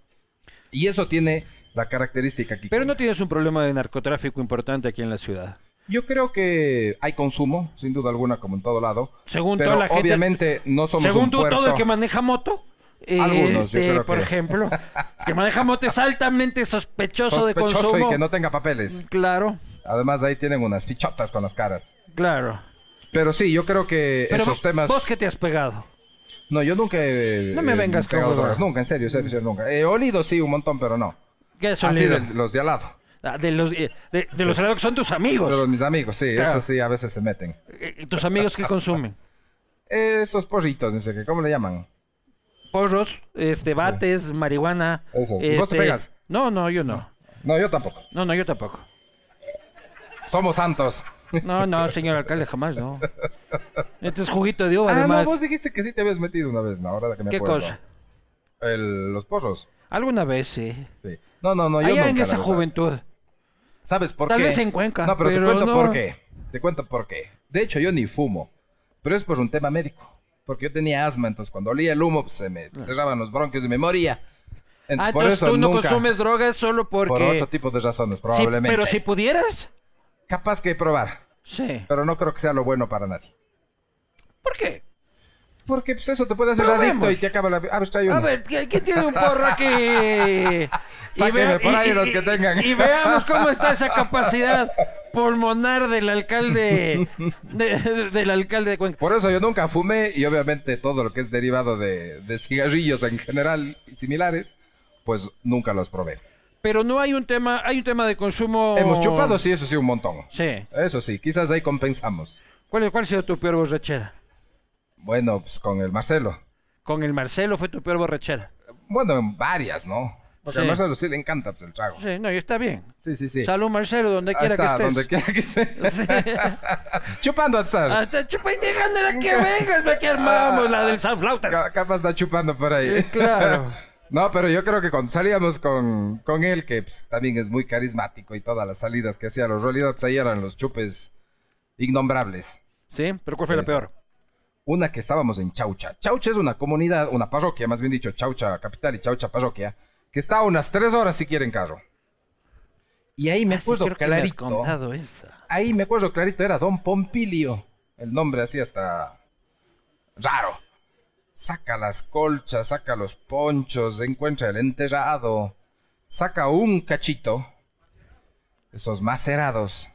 Y eso tiene la característica aquí.
Pero no tienes un problema de narcotráfico importante aquí en la ciudad.
Yo creo que hay consumo, sin duda alguna, como en todo lado.
Según
pero
toda la gente-
obviamente no somos
Según
un
tú,
puerto.
todo el que maneja moto. eh,
Algunos, yo
este,
creo
por
que-
ejemplo, que maneja moto es altamente sospechoso, de
Sospechoso
consumo.
y que no tenga papeles.
Claro,
Además, ahí tienen unas fichotas con las caras.
claro.
Pero sí, yo creo que
Pero
esos
vos-
temas...
vos que te has pegado.
No, yo nunca he...
No me
he
vengas con
pegado
huevas.
drogas. Nunca, en serio, en serio, en serio, nunca. He olido, sí, un montón, pero no.
¿Qué has
Así
olido?
de los de al lado.
Ah, de los eh, de, de los helados que son tus amigos.
Pero mis amigos, sí,
Claro.
esos sí a veces se meten.
Eh, tus amigos que consumen.
Esos porritos, no sé qué, ¿cómo le llaman?
Porros, este, bates, marihuana.
Eso. ¿Y vos te
este,
pegas?
No, no, yo no.
No, yo tampoco.
No, no, yo tampoco.
Somos santos.
No, no, señor alcalde, jamás no. Este es juguito de uva,
Ah,
además.
no, vos dijiste que sí te habías metido una vez, ¿no? Ahora que me
¿Qué
acuerdo.
cosa?
El- los pozos.
Alguna vez, sí.
Sí. No, no, no, yo
Allá
nunca,
en
la
esa
verdad.
juventud.
¿Sabes por
Tal
qué?
vez en Cuenca,
No, pero,
pero
te cuento
no.
por qué. Te cuento por qué. De hecho, yo ni fumo. Pero es por un tema médico. Porque yo tenía asma, entonces cuando olía el humo pues, se me cerraban los bronquios y me moría. Entonces,
Ah,
por
entonces
eso
tú no
nunca,
consumes drogas solo porque...
Por otro tipo de razones,
Sí,
probablemente.
pero si pudieras,
Capaz que probar.
sí.
Pero no creo que sea lo bueno para nadie.
¿Por qué?
Porque pues eso te puede hacer
Probemos.
adicto y te acaba la vida. A ver, trae uno.
A ver, ¿qui- ¿quién tiene un porro aquí? Y
Sáquenme
vea-
por ahí los que tengan.
Y veamos cómo está esa capacidad pulmonar del alcalde de- de- del alcalde de Cuenca.
Por eso yo nunca fumé y obviamente todo lo que es derivado de, de cigarrillos en general y similares, pues nunca los probé.
Pero no hay un tema, hay un tema de consumo.
Hemos chupado, sí, eso sí, un montón.
Sí.
Eso sí, quizás ahí compensamos.
¿Cuál, ¿Cuál ha sido tu peor borrachera?
Bueno, pues con el Marcelo.
¿Con el Marcelo fue tu peor borrachera?
Bueno, en varias, ¿no? Porque al
Sí.
Marcelo sí le encanta pues, el trago.
Sí, no, y está bien.
Sí, sí, sí.
Salud, Marcelo, donde quiera
Hasta
que estés.
donde quiera que esté.
Sí.
Chupando hasta.
Hasta chupa y déjala que vengas, ve que armamos la del San Flautas.
Ca- Capaz está chupando por ahí.
Eh, claro.
No, pero yo creo que cuando salíamos con, con él, que pues, también es muy carismático y todas las salidas que hacía los realidad pues, ahí eran los chupes innombrables.
Sí, pero ¿cuál fue la peor?
Una que estábamos en Chaucha. Chaucha es una comunidad, una parroquia, más bien dicho, Chaucha capital y Chaucha parroquia, que está a unas tres horas si quieren carro. Y ahí me
Ah, sí,
acuerdo
creo que me has
clarito.
contado esa.
ahí me acuerdo clarito, era Don Pompilio. El nombre así hasta raro. Saca las colchas, saca los ponchos, encuentra el enterrado, saca un cachito. Esos macerados.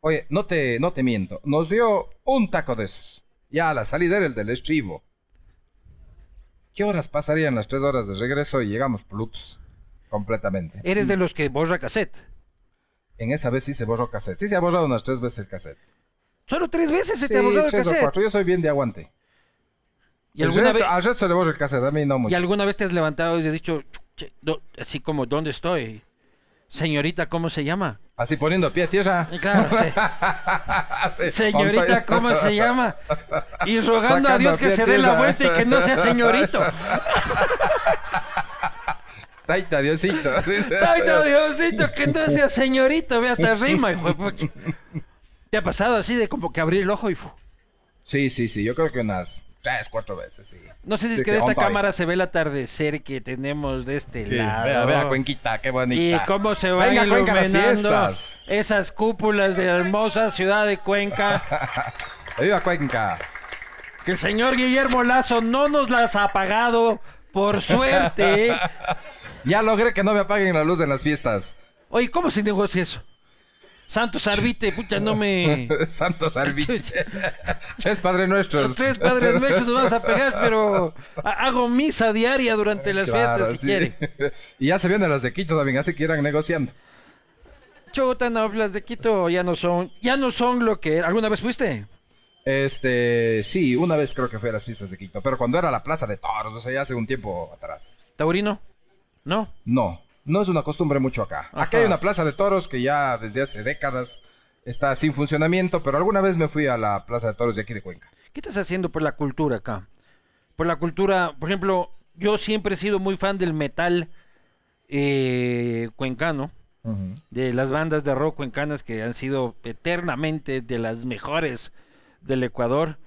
Oye, no te, no te miento, nos dio un taco de esos. Ya a la salida era el del estribo. ¿Qué horas pasarían las tres horas de regreso y llegamos plutos? Completamente.
Eres de los que borra cassette.
En esa vez sí se borró cassette. Sí se ha borrado unas tres veces el cassette.
Solo tres veces se
Sí,
te ha borrado el
tres o
cassette.
cuatro. Yo soy bien de aguante.
¿Y
El
alguna,
resto-
vez,
Al resto le borro el cassette, a mí no
¿Y
mucho.
alguna vez te has levantado y has dicho, "Che, do- así como, ¿dónde estoy? Señorita, ¿cómo se llama?
Así poniendo pie a tierra.
Y Claro, sí.
así,
Señorita,
montaña.
¿cómo se llama? Y rogando
Sacando
a Dios
a
que
pie
se dé la
tierra.
vuelta y que no sea señorito.
Taita, Diosito.
Ay, no, Diosito, que no sea señorito. Ve hasta rima, hijo de pucha. ¿Te ha pasado así de como que abrir el ojo y... fu-
sí, sí, sí. Yo creo que unas tres, cuatro veces, sí.
No sé si
Sí,
es que de esta
on by.
cámara se ve el atardecer que tenemos de este
Sí,
lado.
Vea, vea, Cuenquita, qué
Y
bonita.
cómo se van
Venga, Cuenca, las
iluminando
fiestas.
esas cúpulas de la hermosa ciudad de Cuenca.
¡Viva Cuenca!
Que el señor Guillermo Lazo no nos las ha apagado, por suerte.
Ya logré que no me apaguen la luz en las fiestas.
Oye, ¿cómo se negocia eso? Santos Arbite, puta, no me...
Santos Arbitres. Tres Padre Nuestros.
Los tres padres nuestros nos vamos a pegar, pero ha- hago misa diaria durante las fiestas, si quieren.
Y ya se vienen las de Quito también, así que irán negociando.
Chuta, no, las de Quito ya no son, ya no son lo que... ¿Alguna vez fuiste?
Este, sí, una vez creo que fue a las fiestas de Quito, pero cuando era la Plaza de Toros, o sea, ya hace un tiempo atrás.
¿Taurino? ¿No?
No, no es una costumbre mucho acá.
Ajá.
Acá hay una Plaza de Toros que ya desde hace décadas está sin funcionamiento, pero alguna vez me fui a la Plaza de Toros de aquí de Cuenca.
¿Qué estás haciendo por la cultura acá? Por la cultura, por ejemplo, yo siempre he sido muy fan del metal eh, cuencano, uh -huh. de las bandas de rock cuencanas que han sido eternamente de las mejores del Ecuador.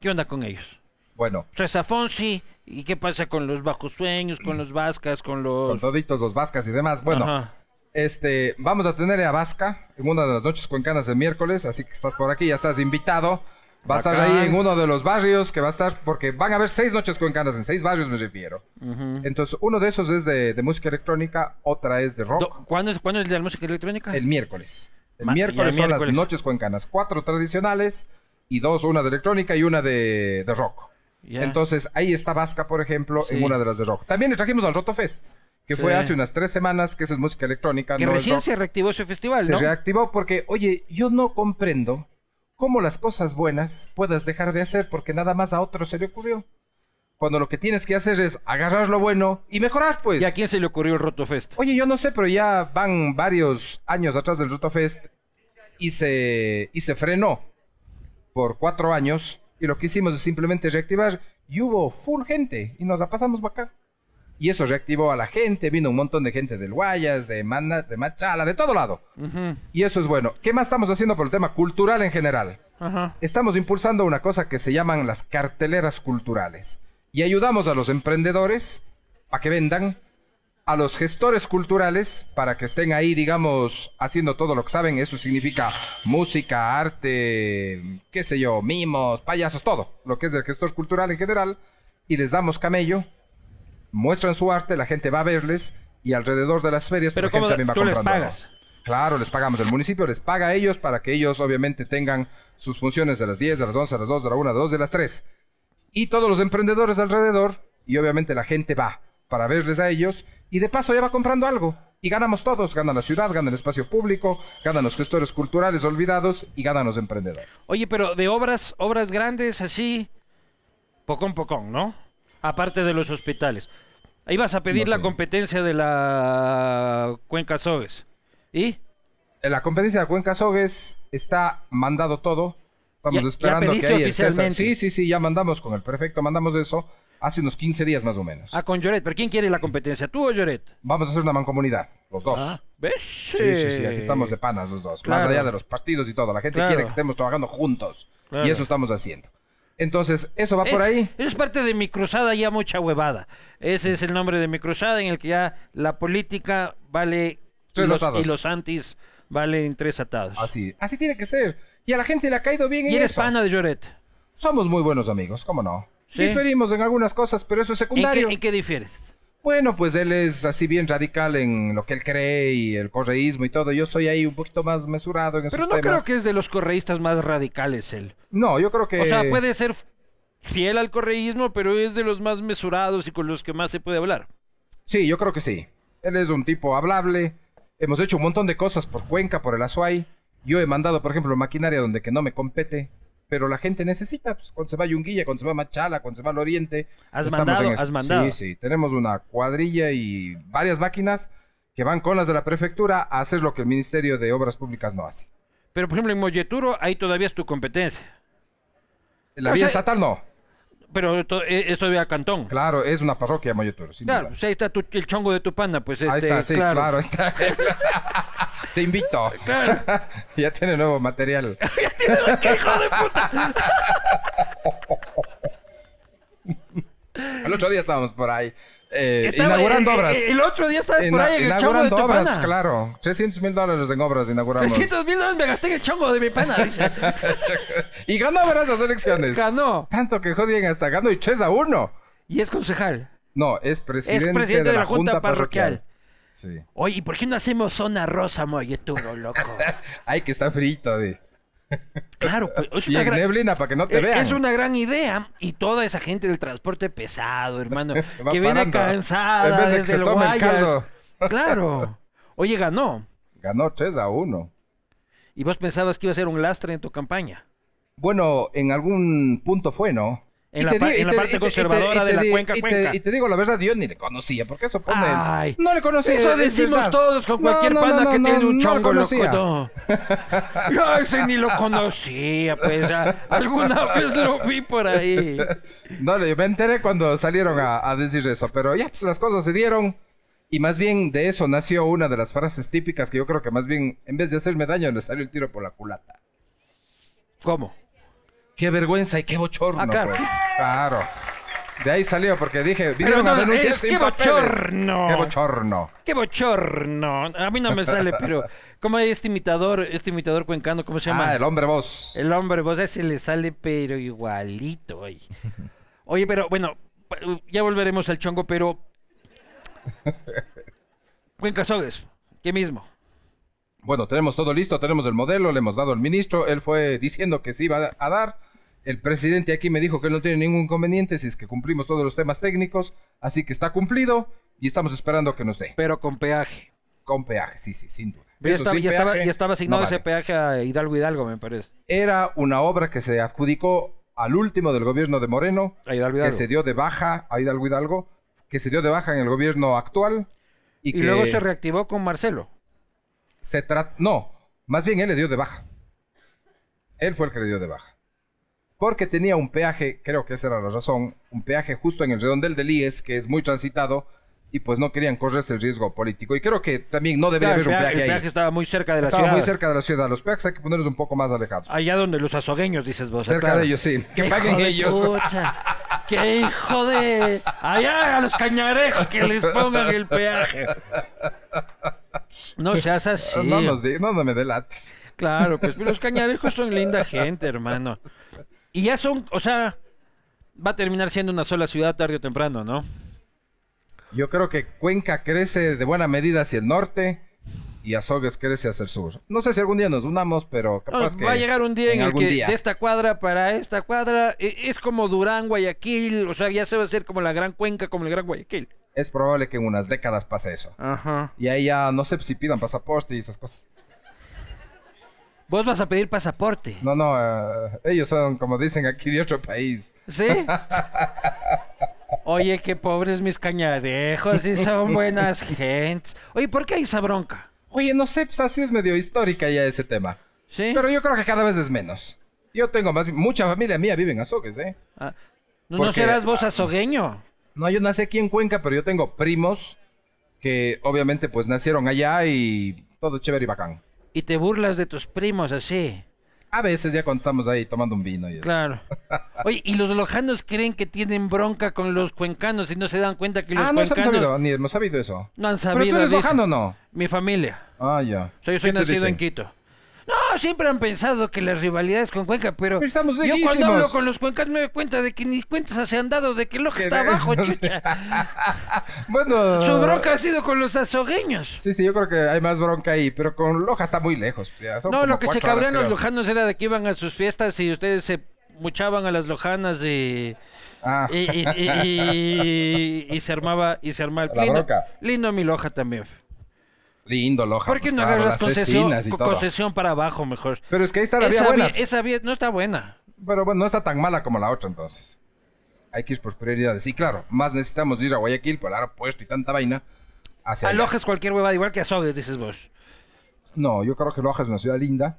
¿Qué onda con ellos?
Bueno.
Rezafonsi, ¿y qué pasa con los bajos sueños, con los vascas, con los...
Con toditos los vascas y demás. Bueno, Ajá. este, vamos a tener a Vasca en una de las noches cuencanas de miércoles, así que estás por aquí, ya estás invitado. Va Bacán. a estar ahí en uno de los barrios que va a estar, porque van a haber seis noches cuencanas, en seis barrios me refiero. Uh -huh. Entonces, uno de esos es de, de, música electrónica, otra es de rock.
¿Cuándo es, ¿Cuándo es de la música electrónica?
El miércoles. El Ma miércoles son miércoles. las noches cuencanas, cuatro tradicionales y dos, una de electrónica y una de, de rock. Yeah. Entonces, ahí está Vasca, por ejemplo, sí. en una de las de rock. También le trajimos al Roto Fest, que sí. fue hace unas tres semanas, que eso es música electrónica.
Que
no
recién
rock.
se reactivó ese festival,
se
¿no?
Se reactivó porque, oye, yo no comprendo cómo las cosas buenas puedas dejar de hacer porque nada más a otro se le ocurrió. Cuando lo que tienes que hacer es agarrar lo bueno y mejorar, pues.
¿Y a quién se le ocurrió el Roto Fest?
Oye, yo no sé, pero ya van varios años atrás del Roto Fest y se, y se frenó por cuatro años y lo que hicimos es simplemente reactivar y hubo full gente y nos la pasamos bacán. Y eso reactivó a la gente, vino un montón de gente del Guayas, de Manas, de Machala, de todo lado. Uh -huh. Y eso es bueno. ¿Qué más estamos haciendo por el tema cultural en general? Uh -huh. Estamos impulsando una cosa que se llaman las carteleras culturales. Y ayudamos a los emprendedores a que vendan, a los gestores culturales para que estén ahí, digamos, haciendo todo lo que saben. Eso significa música, arte, qué sé yo, mimos, payasos, todo lo que es del gestor cultural en general. Y les damos camello, muestran su arte, la gente va a verles y alrededor de las ferias
Pero
la gente
también va tú comprando. Les pagas?
Claro, les pagamos. El municipio les paga a ellos para que ellos obviamente tengan sus funciones de las 10, de las 11, de las 2, de la 1, de las 2, de las 3. Y todos los emprendedores alrededor y obviamente la gente va para verles a ellos y de paso ya va comprando algo. Y ganamos todos, gana la ciudad, gana el espacio público, ganan los gestores culturales olvidados y ganan los emprendedores.
Oye, pero de obras, obras grandes así, pocón pocón, ¿no? Aparte de los hospitales. Ahí vas a pedir no sé. la competencia de la Cuenca Sogues. ¿Y?
En la competencia de la Cuenca Sogues está mandado todo. Estamos ya, esperando ya que haya el César. Sí, sí, sí, ya mandamos con el prefecto, mandamos eso hace unos 15 días más o menos.
Ah, con Lloret. ¿Pero quién quiere la competencia? ¿Tú o Lloret?
Vamos a hacer una mancomunidad, los dos. Ah,
¿ves?
Sí, sí,
Este,
sí. Aquí estamos de panas los dos. Claro. Más allá de los partidos y todo. La gente claro. quiere que estemos trabajando juntos. Claro. Y eso estamos haciendo. Entonces, eso va
es,
por ahí.
Eso es parte de mi cruzada ya mucha huevada. Ese es el nombre de mi cruzada en el que ya la política vale...
Tres
y los,
atados.
Y los antis valen tres atados.
Así, así tiene que ser. Y a la gente le ha caído bien
¿Y
en
eres
eso.
pana de Lloret?
Somos muy buenos amigos, ¿cómo no? ¿Sí? Diferimos en algunas cosas, pero eso es secundario.
¿En qué, ¿En qué, difieres?
Bueno, pues él es así bien radical en lo que él cree y el correísmo y todo. Yo soy ahí un poquito más mesurado en
Pero
esos
no creo
temas.
que es de los correístas más radicales él.
No, yo creo que...
O sea, puede ser fiel al correísmo, pero es de los más mesurados y con los que más se puede hablar.
Sí, yo creo que sí. Él es un tipo hablable. Hemos hecho un montón de cosas por Cuenca, por el Azuay. Yo he mandado, por ejemplo, maquinaria donde que no me compete pero la gente necesita. Pues, cuando se va Yunguilla, cuando se va Machala, cuando se va al Oriente.
Has mandado, has mandado.
Sí, sí. Tenemos una cuadrilla y varias máquinas que van con las de la prefectura a hacer lo que el Ministerio de Obras Públicas no hace.
Pero, por ejemplo, en Molleturo, ahí todavía es tu competencia.
La vía o sea, estatal no.
Pero esto es todavía Cantón.
Claro, es una parroquia Molleturo, sin
Claro,
duda.
O sea, ahí está tu, el chongo de tu panda, pues. Este,
ahí está, sí,
claro,
claro está. Te invito.
Claro.
ya tiene nuevo material.
ya tiene que hijo de puta.
el otro día estábamos por ahí. Eh, Estaba, inaugurando
eh,
obras.
Eh, el otro día estabas por ahí en inaugurando el chongo de tu
obras,
pana.
claro. 300 mil dólares en obras inauguramos.
300 mil dólares me gasté en el chongo de mi pana. dice.
y ganó verás las elecciones.
Ganó.
Tanto que jodían hasta ganó y 3 a 1.
Y es concejal.
No, es presidente, es presidente de, la de, la Junta, Junta Parroquial. Parroquial.
Sí. Oye, ¿y por qué no hacemos zona rosa, Molleturo, loco?
Ay, que está frito, de.
Claro, pues, es
y
una
en
gran...
neblina para que no te
es,
vean.
Es una gran idea y toda esa gente del transporte pesado, hermano,
Va
que viene
parando.
cansada
En vez de que
desde
se
el
tome el
Guayas.
caldo.
Claro. Oye, ganó.
Ganó 3 a 1.
¿Y vos pensabas que iba a ser un lastre en tu campaña?
Bueno, en algún punto fue, ¿no?
En la, pa- en la parte conservadora de la cuenca cuenca.
y te digo la verdad, yo ni le conocía, porque eso pone.
Ay.
no le conocía.
Eso
es
decimos
verdad.
todos con
No,
cualquier
no, no,
pana
no,
que
no,
tiene un
no lo
chongo, loco.
conocía.
No. Yo ese ni lo conocía, pues. ya. Alguna vez lo vi por ahí.
No, yo me enteré cuando salieron a, a decir eso, pero ya, pues las cosas se dieron. Y más bien de eso nació una de las frases típicas que yo creo que más bien, en vez de hacerme daño, le salió el tiro por la culata.
¿Cómo?
Qué vergüenza y qué bochorno,
Ah, claro.
pues. Claro. De ahí salió, porque dije,
Pero
vinieron a
no,
denunciar
es
sin
que
papeles.
bochorno.
Qué bochorno.
Qué bochorno. A mí no me sale, pero como hay este imitador, este imitador cuencano, ¿cómo se llama?
Ah, el hombre voz.
El hombre, vos a ese le sale pero igualito. Oye, oye pero bueno, pa- ya volveremos al chongo, pero... Cuenca Sogues, ¿qué mismo?
Bueno, tenemos todo listo, tenemos el modelo, le hemos dado al ministro, él fue diciendo que sí iba a dar. El presidente aquí me dijo que él no tiene ningún inconveniente si es que cumplimos todos los temas técnicos, así que está cumplido y estamos esperando que nos dé.
Pero con peaje.
Con peaje, sí, sí, sin duda.
Ya
Eso
estaba,
sin
ya estaba-
peaje,
ya estaba asignado
no
ese
vale.
peaje a Hidalgo Hidalgo, me parece.
Era una obra que se adjudicó al último del gobierno de Moreno,
A Hidalgo
que
Hidalgo.
se dio de baja a Hidalgo Hidalgo, que se dio de baja en el gobierno actual y,
y
que
luego se reactivó con Marcelo.
se trata... No, más bien él le dio de baja. Él fue el que le dio de baja. Porque tenía un peaje, creo que esa era la razón, un peaje justo en el redondel del IES, que es muy transitado, y pues no querían correrse el riesgo político. Y creo que también no debería
Claro, el,
haber un
peaje,
peaje,
el
ahí.
peaje estaba muy cerca de la
Estaba
ciudad.
muy cerca de la ciudad. Los peajes hay que ponerlos un poco más alejados.
Allá donde los azogueños, dices vos.
cerca
claro.
de ellos, sí.
¡Qué
Que paguen
hijo de
ellos.
pucha! ¡Qué hijo de... Allá a los cañarejos que les pongan el peaje. No seas así.
No, nos di- no, no me delates.
Claro, pues los cañarejos son linda gente, hermano. Y ya son, o sea, va a terminar siendo una sola ciudad tarde o temprano, ¿no?
Yo creo que Cuenca crece de buena medida hacia el norte y Azogues crece hacia el sur. No sé si algún día nos unamos, pero
No,
capaz que
va a llegar un día en, el
algún
que
día.
de esta cuadra para esta cuadra e- es como Durán, Guayaquil, o sea, ya se va a hacer como la Gran Cuenca, como el Gran Guayaquil.
es probable que en unas décadas pase eso.
Ajá.
Y ahí ya no sé si pidan pasaporte y esas cosas.
Vos vas a pedir pasaporte.
No, no, eh, ellos son como dicen aquí de otro país.
¿Sí? Oye, qué pobres mis cañarejos, y son buenas gentes. Oye, ¿por qué hay esa bronca?
Oye, no sé, pues así es medio histórica ya ese tema.
¿Sí?
Pero yo creo que cada vez es menos. Yo tengo más, mucha familia mía vive en Azogues, ¿eh?
Ah, ¿No,
porque- ah,
no serás vos azogueño?
No, yo nací aquí en Cuenca, pero yo tengo primos que obviamente pues nacieron allá y todo chévere y bacán.
Y te burlas de tus primos así.
A veces ya cuando estamos ahí tomando un vino y eso.
Claro. Oye, y los lojanos creen que tienen bronca con los cuencanos y no se dan cuenta que los
Ah, no hemos
cuencanos
sabido, ni hemos sabido eso.
no han
Pero tú
sabido.
eres
dicen.
bajando o no.
Mi familia.
Ah, ya.
O sea, yo soy
¿Qué te
nacido en
dicen?
Quito. No, siempre han pensado que las rivalidades con Cuenca, pero
Pero estamos
yo cuando
lejísimos.
hablo con los cuencas me doy cuenta de que ni cuentas se han dado de que el ojo
Que
está
de-
abajo,
no sé.
chucha.
Bueno.
Su bronca ha sido con los azogueños.
Sí, sí, yo creo que hay más bronca ahí, pero con Loja está muy lejos. o sea, son
No,
como
lo que se
cuatro horas,
cabrían los
creo.
lojanos era de que iban a sus fiestas y ustedes se muchaban a las lojanas y,
Ah,
y, y- y- y- y se armaba y se armaba el
La
lindo,
bronca.
lindo mi loja también.
lindo Loja.
¿Por qué
pues,
no
claro,
agarras
las
concesión,
cecinas y
co-
todo.
concesión para abajo mejor?
Pero es que ahí está la vía
Esa
buena.
vía- esa vía no está buena.
Pero bueno, no está tan mala como la otra entonces. Hay que ir por prioridades. Y claro, más necesitamos ir a Guayaquil por el aeropuerto y tanta vaina. Hacia allá.
Alojas cualquier huevada, igual que azogues, dices vos.
No, yo creo que Loja es una ciudad linda.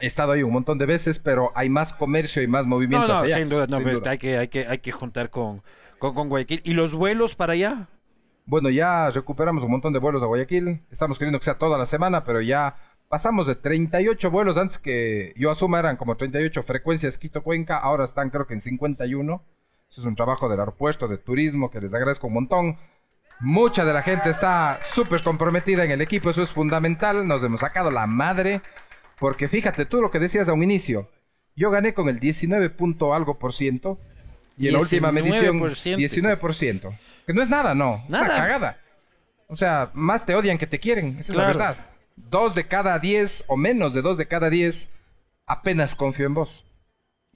He estado ahí un montón de veces, pero hay más comercio y más movimiento
No, no,
hacia allá.
sin duda, no,
sin
pero
duda.
Hay, que, hay, que, hay que juntar con, con, con Guayaquil. ¿Y los vuelos para allá?
Bueno, ya recuperamos un montón de vuelos a Guayaquil. Estamos queriendo que sea toda la semana, pero ya pasamos de 38 vuelos. Antes que yo asuma eran como 38 frecuencias Quito-Cuenca. Ahora están creo que en 51. Eso es un trabajo del aeropuerto, de turismo, que les agradezco un montón. Mucha de la gente está súper comprometida en el equipo, eso es fundamental. Nos hemos sacado la madre. Porque fíjate tú lo que decías a un inicio. Yo gané con el 19 punto algo por ciento. Y en la última medición,
19%.
19%. Que no es nada, no. Es
Nada.
una cagada. O sea, más te odian que te quieren. Esa
Claro.
es la verdad. Dos de cada diez, o menos de dos de cada diez, apenas confío en vos.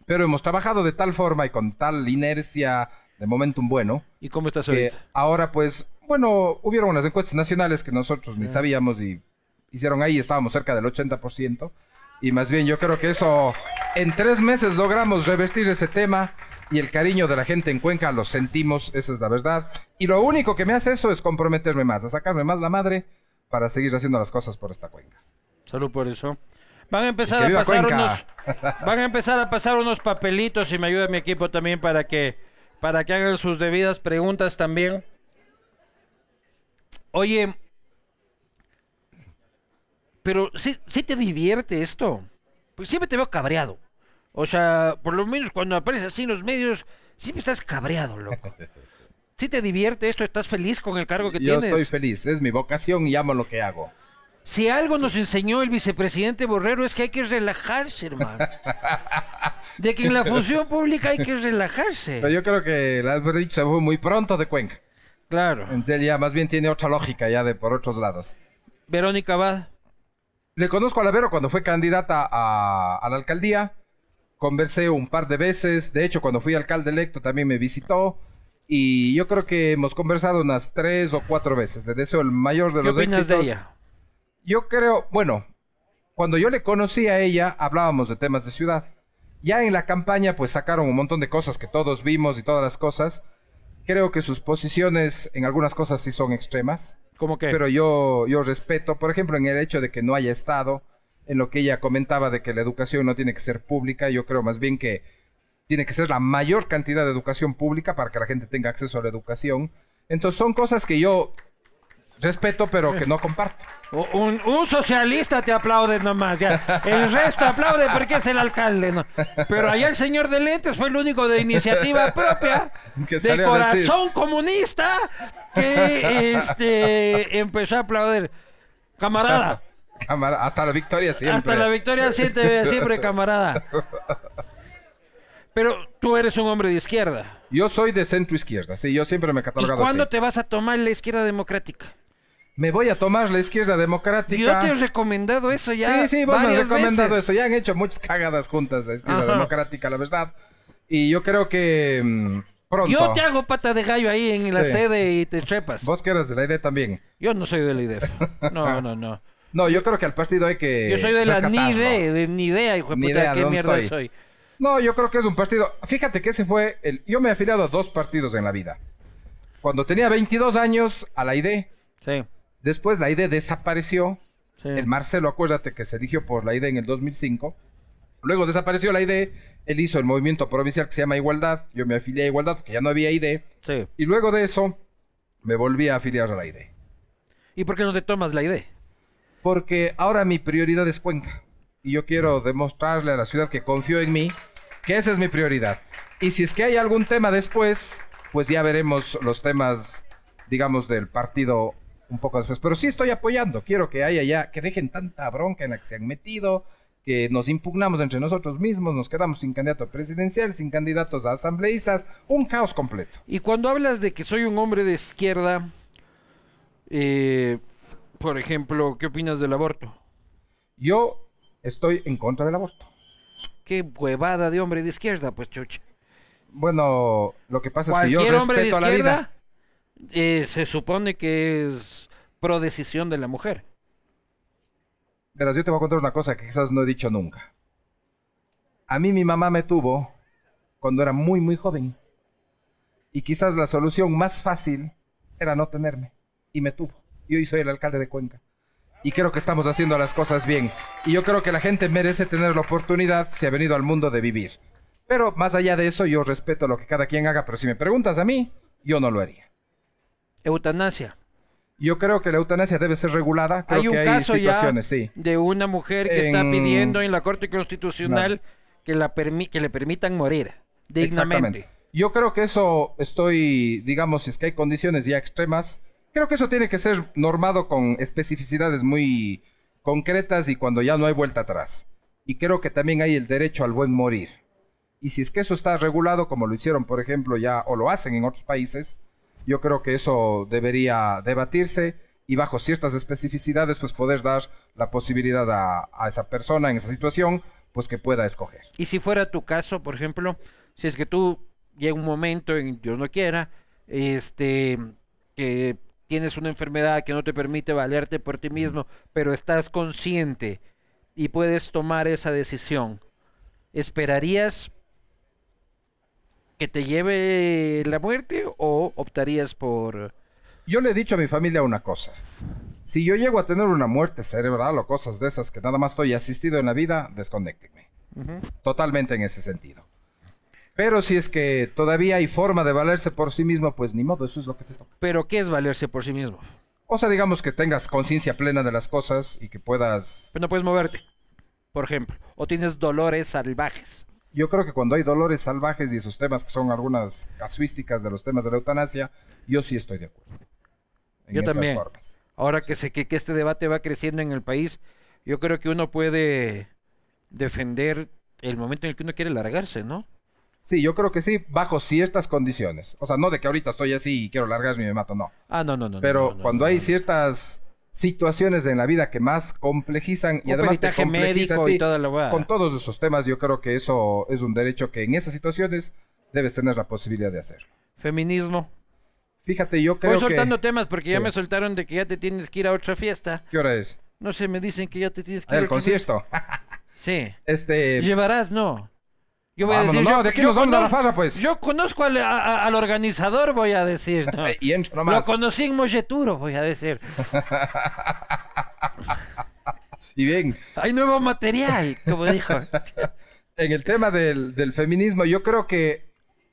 Pero hemos trabajado de tal forma y con tal inercia de momentum bueno,
¿Y cómo estás
que
ahorita?
ahora pues, bueno, hubieron unas encuestas nacionales que nosotros ni sabíamos y hicieron ahí, estábamos cerca del 80%, y más bien yo creo que eso, en tres meses logramos revestir ese tema y el cariño de la gente en Cuenca lo sentimos, esa es la verdad. Y lo único que me hace eso es comprometerme más, a sacarme más la madre para seguir haciendo las cosas por esta Cuenca.
Solo por eso. Van a empezar a pasar Cuenca. unos van a empezar a pasar unos papelitos y me ayuda mi equipo también para que para que hagan sus debidas preguntas también. Oye, pero sí, sí te divierte esto. Pues siempre te veo cabreado. O sea, por lo menos cuando apareces así en los medios, siempre estás cabreado, loco. Si ¿Sí te divierte esto, estás feliz con el cargo que
Yo
tienes.
Yo estoy feliz, es mi vocación y amo lo que hago.
Si algo sí. nos enseñó el vicepresidente Borrero es que hay que relajarse, hermano. de que en la función pública hay que relajarse.
Pero yo creo que la dicho se fue muy pronto de Cuenca.
Claro.
En serio, ya más bien tiene otra lógica ya de por otros lados.
Verónica Abad.
Le conozco a la Vero cuando fue candidata a, a la alcaldía conversé un par de veces. De hecho, cuando fui alcalde electo también me visitó. Y yo creo que hemos conversado unas tres o cuatro veces. Le deseo el mayor de
¿Qué
los éxitos.
de ella?
Yo creo, bueno, cuando yo le conocí a ella, hablábamos de temas de ciudad. Ya en la campaña, pues sacaron un montón de cosas que todos vimos y todas las cosas. Creo que sus posiciones en algunas cosas sí son extremas.
¿Cómo que?
Pero yo, yo respeto, por ejemplo, en el hecho de que no haya estado, en lo que ella comentaba de que la educación no tiene que ser pública. Yo creo más bien que tiene que ser la mayor cantidad de educación pública para que la gente tenga acceso a la educación. Entonces son cosas que yo respeto, pero que no comparto.
Un, un socialista te aplaude nomás, ya. El resto aplaude porque es el alcalde, ¿no? Pero allá el señor de lentes fue el único de iniciativa propia, de corazón comunista, que este, empezó a aplaudir. Camarada,
hasta la victoria siempre.
Hasta la victoria siempre, siempre, camarada. Pero tú eres un hombre de izquierda.
Yo soy de centro izquierda, sí, yo siempre me he catalogado
¿Y cuándo
así.
te vas a tomar la izquierda democrática?
Me voy a tomar la izquierda democrática.
Yo te he recomendado eso ya.
Sí, sí, vos me has recomendado veces. eso. Ya han hecho muchas cagadas juntas este, la izquierda Ajá. democrática, la verdad. Y yo creo que mmm, pronto.
Yo te hago pata de gallo ahí en la sí. sede y te trepas.
Vos que eres de la idea también.
Yo no soy de la idea. E No, no, no.
No, yo creo que al partido hay que.
Yo soy de la ni idea, de, ni idea, hijo de ni puta, idea, qué mierda soy? soy.
No, yo creo que es un partido. Fíjate que ese fue. El... Yo me he afiliado a dos partidos en la vida. Cuando tenía 22 años, a la ID.
Sí.
Después la ID desapareció. Sí.
Eh.
El Marcelo, acuérdate que se eligió por la ID en el 2005. Luego desapareció la ID. Él hizo el movimiento provincial que se llama Igualdad. Yo me afilié a Igualdad, que ya no había ID.
Sí.
Y luego de eso, me volví a afiliar a la ID.
¿Y por qué no te tomas la E ID?
porque ahora mi prioridad es Cuenca. Y yo quiero demostrarle a la ciudad que confío en mí, que esa es mi prioridad. Y si es que hay algún tema después, pues ya veremos los temas, digamos, del partido un poco después. Pero sí estoy apoyando, quiero que haya ya, que dejen tanta bronca en la que se han metido, que nos impugnamos entre nosotros mismos, nos quedamos sin candidato presidencial, sin candidatos a asambleístas, un caos completo.
Y cuando hablas de que soy un hombre de izquierda, eh, por ejemplo, ¿qué opinas del aborto?
Yo estoy en contra del aborto.
Qué huevada de hombre de izquierda, pues chucha.
Bueno, lo que pasa es que yo respeto hombre de izquierda, a la vida.
Eh, se supone que es pro decisión de la mujer.
Verás, yo te voy a contar una cosa que quizás no he dicho nunca. A mí mi mamá me tuvo cuando era muy, muy joven. Y quizás la solución más fácil era no tenerme. Y me tuvo y hoy soy el alcalde de Cuenca. Y creo que estamos haciendo las cosas bien. Y yo creo que la gente merece tener la oportunidad si ha venido al mundo de vivir. Pero más allá de eso, yo respeto lo que cada quien haga, pero si me preguntas a mí, yo no lo haría.
Eutanasia.
Yo creo que la eutanasia debe ser regulada. Creo
hay un
que hay
caso
situaciones,
ya
sí.
de una mujer que en... está pidiendo en la Corte Constitucional no. que, la permi que le permitan morir dignamente.
Yo creo que eso estoy, digamos, si es que hay condiciones ya extremas, creo que eso tiene que ser normado con especificidades muy concretas y cuando ya no hay vuelta atrás. Y creo que también hay el derecho al buen morir. Y si es que eso está regulado como lo hicieron, por ejemplo, ya o lo hacen en otros países, yo creo que eso debería debatirse y bajo ciertas especificidades pues poder dar la posibilidad a, a esa persona en esa situación pues que pueda escoger.
Y si fuera tu caso, por ejemplo, si es que tú llega un momento en Dios no quiera, este que tienes una enfermedad que no te permite valerte por ti mismo, pero estás consciente y puedes tomar esa decisión, ¿esperarías que te lleve la muerte o optarías por...
Yo le he dicho a mi familia una cosa. Si yo llego a tener una muerte cerebral o cosas de esas que nada más estoy asistido en la vida, desconéctenme. Uh -huh. Totalmente en ese sentido. Pero si es que todavía hay forma de valerse por sí mismo, pues ni modo, eso es lo que te toca.
¿Pero qué es valerse por sí mismo?
O sea, digamos que tengas conciencia plena de las cosas y que puedas...
Pero Pues no puedes moverte, por ejemplo. O tienes dolores salvajes.
Yo creo que cuando hay dolores salvajes y esos temas que son algunas casuísticas de los temas de la eutanasia, yo sí estoy de acuerdo.
En yo esas también. Formas. Ahora que sé que, que este debate va creciendo en el país, yo creo que uno puede defender el momento en el que uno quiere largarse, ¿no?
Sí, yo creo que sí, bajo ciertas condiciones. O sea, no de que ahorita estoy así y quiero largarme y me mato, no.
Ah, no, no, no.
Pero
no, no,
cuando
no,
hay ciertas situaciones en la vida que más complejizan y
Un
además te complejiza
médico
a ti,
y toda la
con todos esos temas, yo creo que eso es un derecho que en esas situaciones debes tener la posibilidad de hacerlo.
Feminismo.
Fíjate, yo creo
Voy soltando que... temas porque sí. ya me soltaron de que ya te tienes que ir a otra fiesta.
¿Qué hora es?
No sé, me dicen que ya te tienes que ir.
¿El ¿El concierto?
sí.
Este...
¿Llevarás? No.
Yo voy Vámonos, a decir, no, yo, de aquí nos vamos
conozco,
a la farra, pues.
Yo conozco al, a, al organizador, voy a decir. ¿no?
y entro nomás.
Lo conocí en Molleturo, voy a decir.
y bien.
Hay nuevo material, como dijo.
en el tema del, del, feminismo, yo creo que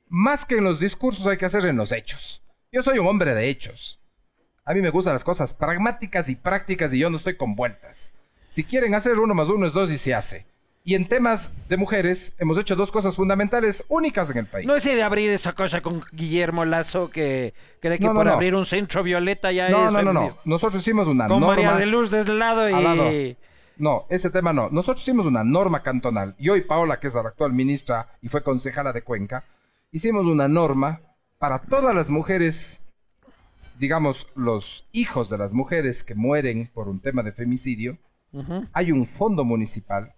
más que en los discursos hay que hacer en los hechos. Yo soy un hombre de hechos. A mí me gustan las cosas pragmáticas y prácticas y yo no estoy con vueltas. Si quieren hacer uno más uno es dos y se hace. Y en temas de mujeres hemos hecho dos cosas fundamentales únicas en el país.
No es de abrir esa cosa con Guillermo Lazo que cree que no, no, por no. abrir un centro violeta ya
es.
No,
no, Ah, no. Nosotros hicimos una
con
norma.
María de Luz de este lado y. Lado.
No, ese tema no. Nosotros hicimos una norma cantonal. Yo y Paola, que es la actual ministra y fue concejala de Cuenca, hicimos una norma para todas las mujeres, digamos, los hijos de las mujeres que mueren por un tema de femicidio. Uh -huh. Hay un fondo municipal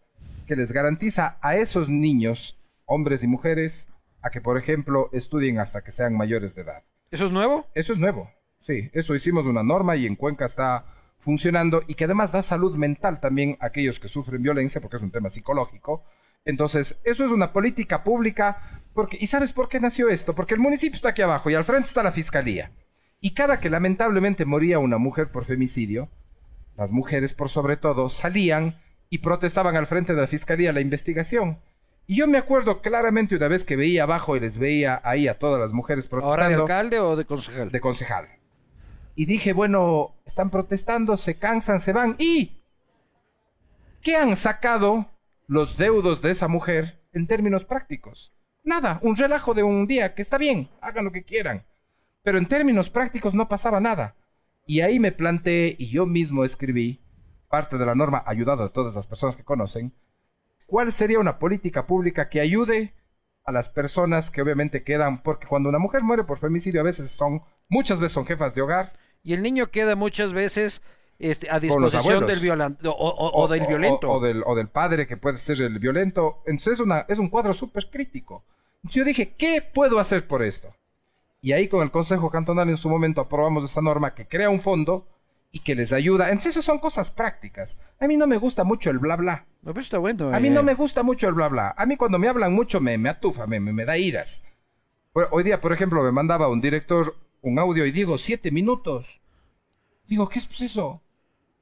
que les garantiza a esos niños, hombres y mujeres, a que, por ejemplo, estudien hasta que sean mayores de edad.
¿Eso es nuevo?
Eso es nuevo, sí. Eso hicimos una norma y en Cuenca está funcionando y que además da salud mental también a aquellos que sufren violencia porque es un tema psicológico. Entonces, eso es una política pública porque, ¿y sabes por qué nació esto? Porque el municipio está aquí abajo y al frente está la fiscalía. Y cada que lamentablemente moría una mujer por femicidio, las mujeres por sobre todo salían y protestaban al frente de la fiscalía la investigación. Y yo me acuerdo claramente una vez que veía abajo y les veía ahí a todas las mujeres protestando.
¿Ahora de alcalde o de concejal?
De concejal. Y dije, bueno, están protestando, se cansan, se van. ¿Y qué han sacado los deudos de esa mujer en términos prácticos? Nada, un relajo de un día, que está bien, hagan lo que quieran. Pero en términos prácticos no pasaba nada. Y ahí me planteé y yo mismo escribí parte de la norma, ayudado a todas las personas que conocen, ¿cuál sería una política pública que ayude a las personas que obviamente quedan? Porque cuando una mujer muere por femicidio, a veces son, muchas veces son jefas de hogar.
Y el niño queda muchas veces este, a disposición del, violan, o, o, o, del violento.
O, del, o del padre que puede ser el violento. Entonces es, una, es un cuadro súper crítico. Entonces yo dije, ¿qué puedo hacer por esto? Y ahí con el Consejo Cantonal en su momento aprobamos esa norma que crea un fondo y que les ayuda. Entonces, eso son cosas prácticas. A mí no me gusta mucho el bla bla.
No, pero está bueno.
Eh. A mí no me gusta mucho el bla bla. A mí cuando me hablan mucho me, me atufa, me, me, me da iras. Pero hoy día, por ejemplo, me mandaba un director un audio y digo, siete minutos. Digo, ¿qué es pues, eso?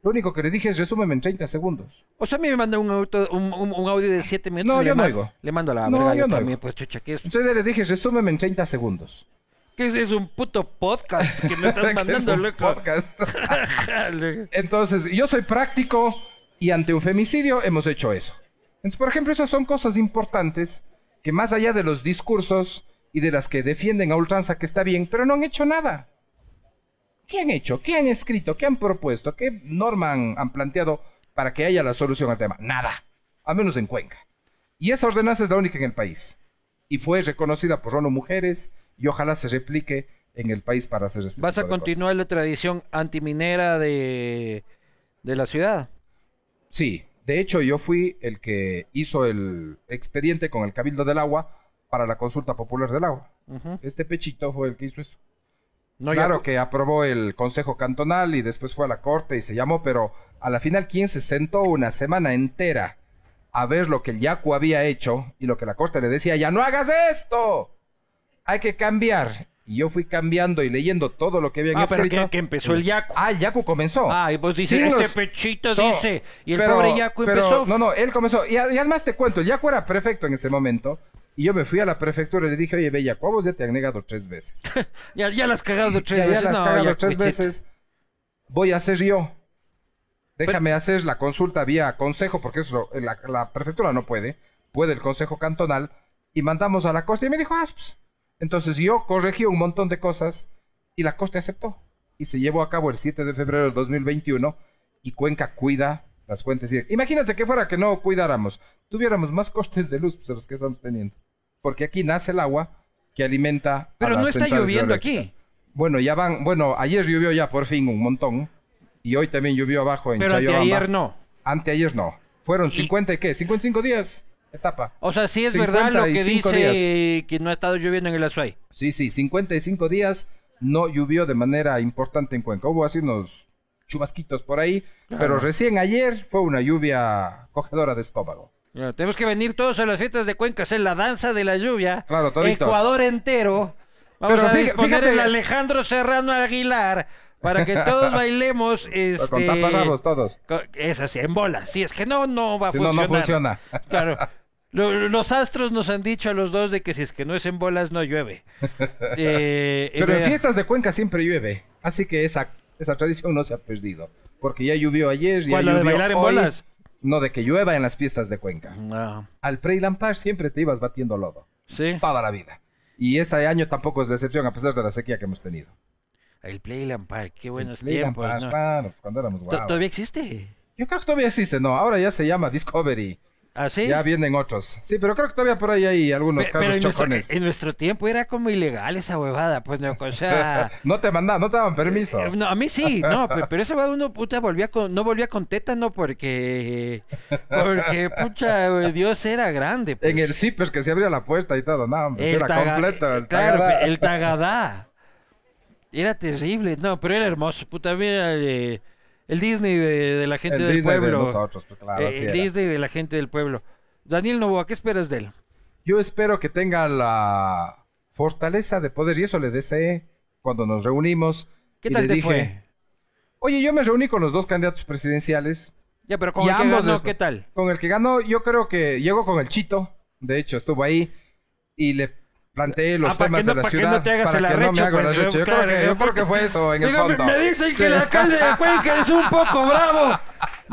Lo único que le dije es resúmeme en 30 segundos.
O sea, a mí me manda un, auto, un, un, un audio de 7 minutos.
No,
le
yo
mando,
no oigo.
Le mando a la
no,
verga
yo no
también,
oigo.
pues chucha, ¿qué es?
Entonces le dije, resúmeme en 30 segundos.
¿Qué es? Es un puto podcast que me estás
que es
mandando,
un
loco.
podcast. Entonces, yo soy práctico y ante un femicidio hemos hecho eso. Entonces, por ejemplo, esas son cosas importantes que más allá de los discursos y de las que defienden a ultranza que está bien, pero no han hecho nada. ¿Qué han hecho? ¿Qué han escrito? ¿Qué han propuesto? ¿Qué norma han, han planteado para que haya la solución al tema? Nada. Al menos en Cuenca. Y esa ordenanza es la única en el país. Y fue reconocida por ONU Mujeres y ojalá se replique en el país para hacer este
¿Vas
tipo
a
de
continuar
cosas.
la tradición antiminera de, de la ciudad?
Sí, de hecho yo fui el que hizo el expediente con el Cabildo del Agua para la consulta popular del agua.
Ujú.
Este pechito fue el que hizo eso.
No, ya-
claro que aprobó el Consejo Cantonal y después fue a la Corte y se llamó, pero a la final quien se sentó una semana entera a ver lo que el Yacu había hecho y lo que la Corte le decía, ya no hagas esto. hay que cambiar. Y yo fui cambiando y leyendo todo lo que habían
Ah, pero
escrito.
que, que empezó el Yaku.
Ah, el Yaku comenzó.
Ah, y vos dices,
Sin
este
los-
pechito
So-
dice. Y el
pero-
pobre Yaku
pero-
empezó.
No, no, él comenzó. Y, ad- y además te cuento, el Yaku era prefecto en ese momento. Y yo me fui a la prefectura y le dije, oye, ve, Yaku, a vos ya te han negado tres veces.
Ya, ya las has cagado tres
ya, ya
veces.
las
No,
cagado
Yaku,
tres
pechito.
veces. Voy a hacer yo. Déjame hacer la consulta vía consejo, porque eso lo- la, la prefectura no puede. Puede el consejo cantonal. Y mandamos a la costa. Y me dijo, ah, pues. Entonces yo corregí un montón de cosas y la costa aceptó. Y se llevó a cabo el 7 de febrero del 2021. Y Cuenca cuida las fuentes. hídricas. Imagínate que fuera que no cuidáramos. Tuviéramos más costes de luz pues, de los que estamos teniendo. Porque aquí nace el agua que alimenta. a
Pero
las
no está
centrales
lloviendo
hidroeléctricas.
aquí.
Bueno, ya van. Bueno, ayer llovió ya por fin un montón. Y hoy también llovió abajo en
Pero
Chayobamba.
anteayer no.
Anteayer no. Fueron 50 y qué? 55 días. Etapa.
O sea, sí es verdad lo que
55
dice
días.
que no ha estado lloviendo en el Azuay.
Sí, sí, 55 días no llovió de manera importante en Cuenca. Hubo así unos chubasquitos por ahí,
Claro.
pero recién ayer fue una lluvia cogedora de estómago.
Claro, tenemos que venir todos a las fiestas de Cuenca, hacer la danza de la lluvia.
Claro, toditos.
Ecuador entero. Vamos
Pero
a
fija-
disponer
fíjate-
el Alejandro Serrano Aguilar para que todos bailemos. Este...
Con taparrabos todos.
Co- Es así, en bola. Si es que no, no va a
Si no, no
funcionar.
funciona.
Claro. Lo- los astros nos han dicho a los dos de que si es que no es en bolas, no llueve. Eh, y
Pero en
vea,
fiestas de Cuenca siempre llueve, así que esa, esa tradición no se ha perdido. Porque ya llovió ayer, ya
¿Cuál, la de
llovió
bailar en
hoy.
bolas?
No, de que llueva en las fiestas de Cuenca.
no,
Al pre-lampar siempre te ibas batiendo lodo,
sí.
toda la vida. Y este año tampoco es la excepción, a pesar de la sequía que hemos tenido.
El Playland Park, qué buenos
Playland
tiempos.
Park,
¿no?
Claro, cuando éramos
To-
guau.
¿Todavía existe?
Yo creo que todavía existe, no, ahora ya se llama Discovery.
¿Así?
Ya vienen otros. Sí, pero creo que todavía por ahí hay algunos casos
en nuestro,
chocones.
en nuestro tiempo era como ilegal esa huevada, pues no, o sea,
no te mandaban, no te daban permiso.
Eh, No, a mí sí, no, pe- pero esa vez uno puta volvía con, no volvía con tétano porque, porque pucha, eh, Dios era grande. pues.
En el zipper que se abría la puerta y todo, no, hombre, era
taga-
completo. el
claro,
tagadá.
pe- el tagadá. Era terrible, no, pero era hermoso, puta, mira eh, el Disney de, de la gente
el
del
Disney
pueblo.
de nosotros, pues, claro,
Eh,
así
el
era.
Disney de la gente del pueblo. Daniel Novoa, ¿qué esperas de él?
Yo espero que tenga la fortaleza de poder y eso le deseé cuando nos reunimos.
¿Qué
y
tal
le
te
dije,
fue?
Oye, yo me reuní con los dos candidatos presidenciales.
Ya, pero con
y
el que
ambos
ganó,
les-
¿qué tal?
Con el que ganó, yo creo que llegó con el Chito. De hecho, estuvo ahí y le planteé los
Ah, para
temas
que no-
de la
para que no
ciudad
te hagas el
para que no me
arrecho,
haga el
pues,
arrecho. Yo,
claro,
creo que, yo
yo-
creo que fue eso en el
Digo, me-
fondo.
Me dicen
Sí.
que el alcalde de Cuenca es un poco bravo.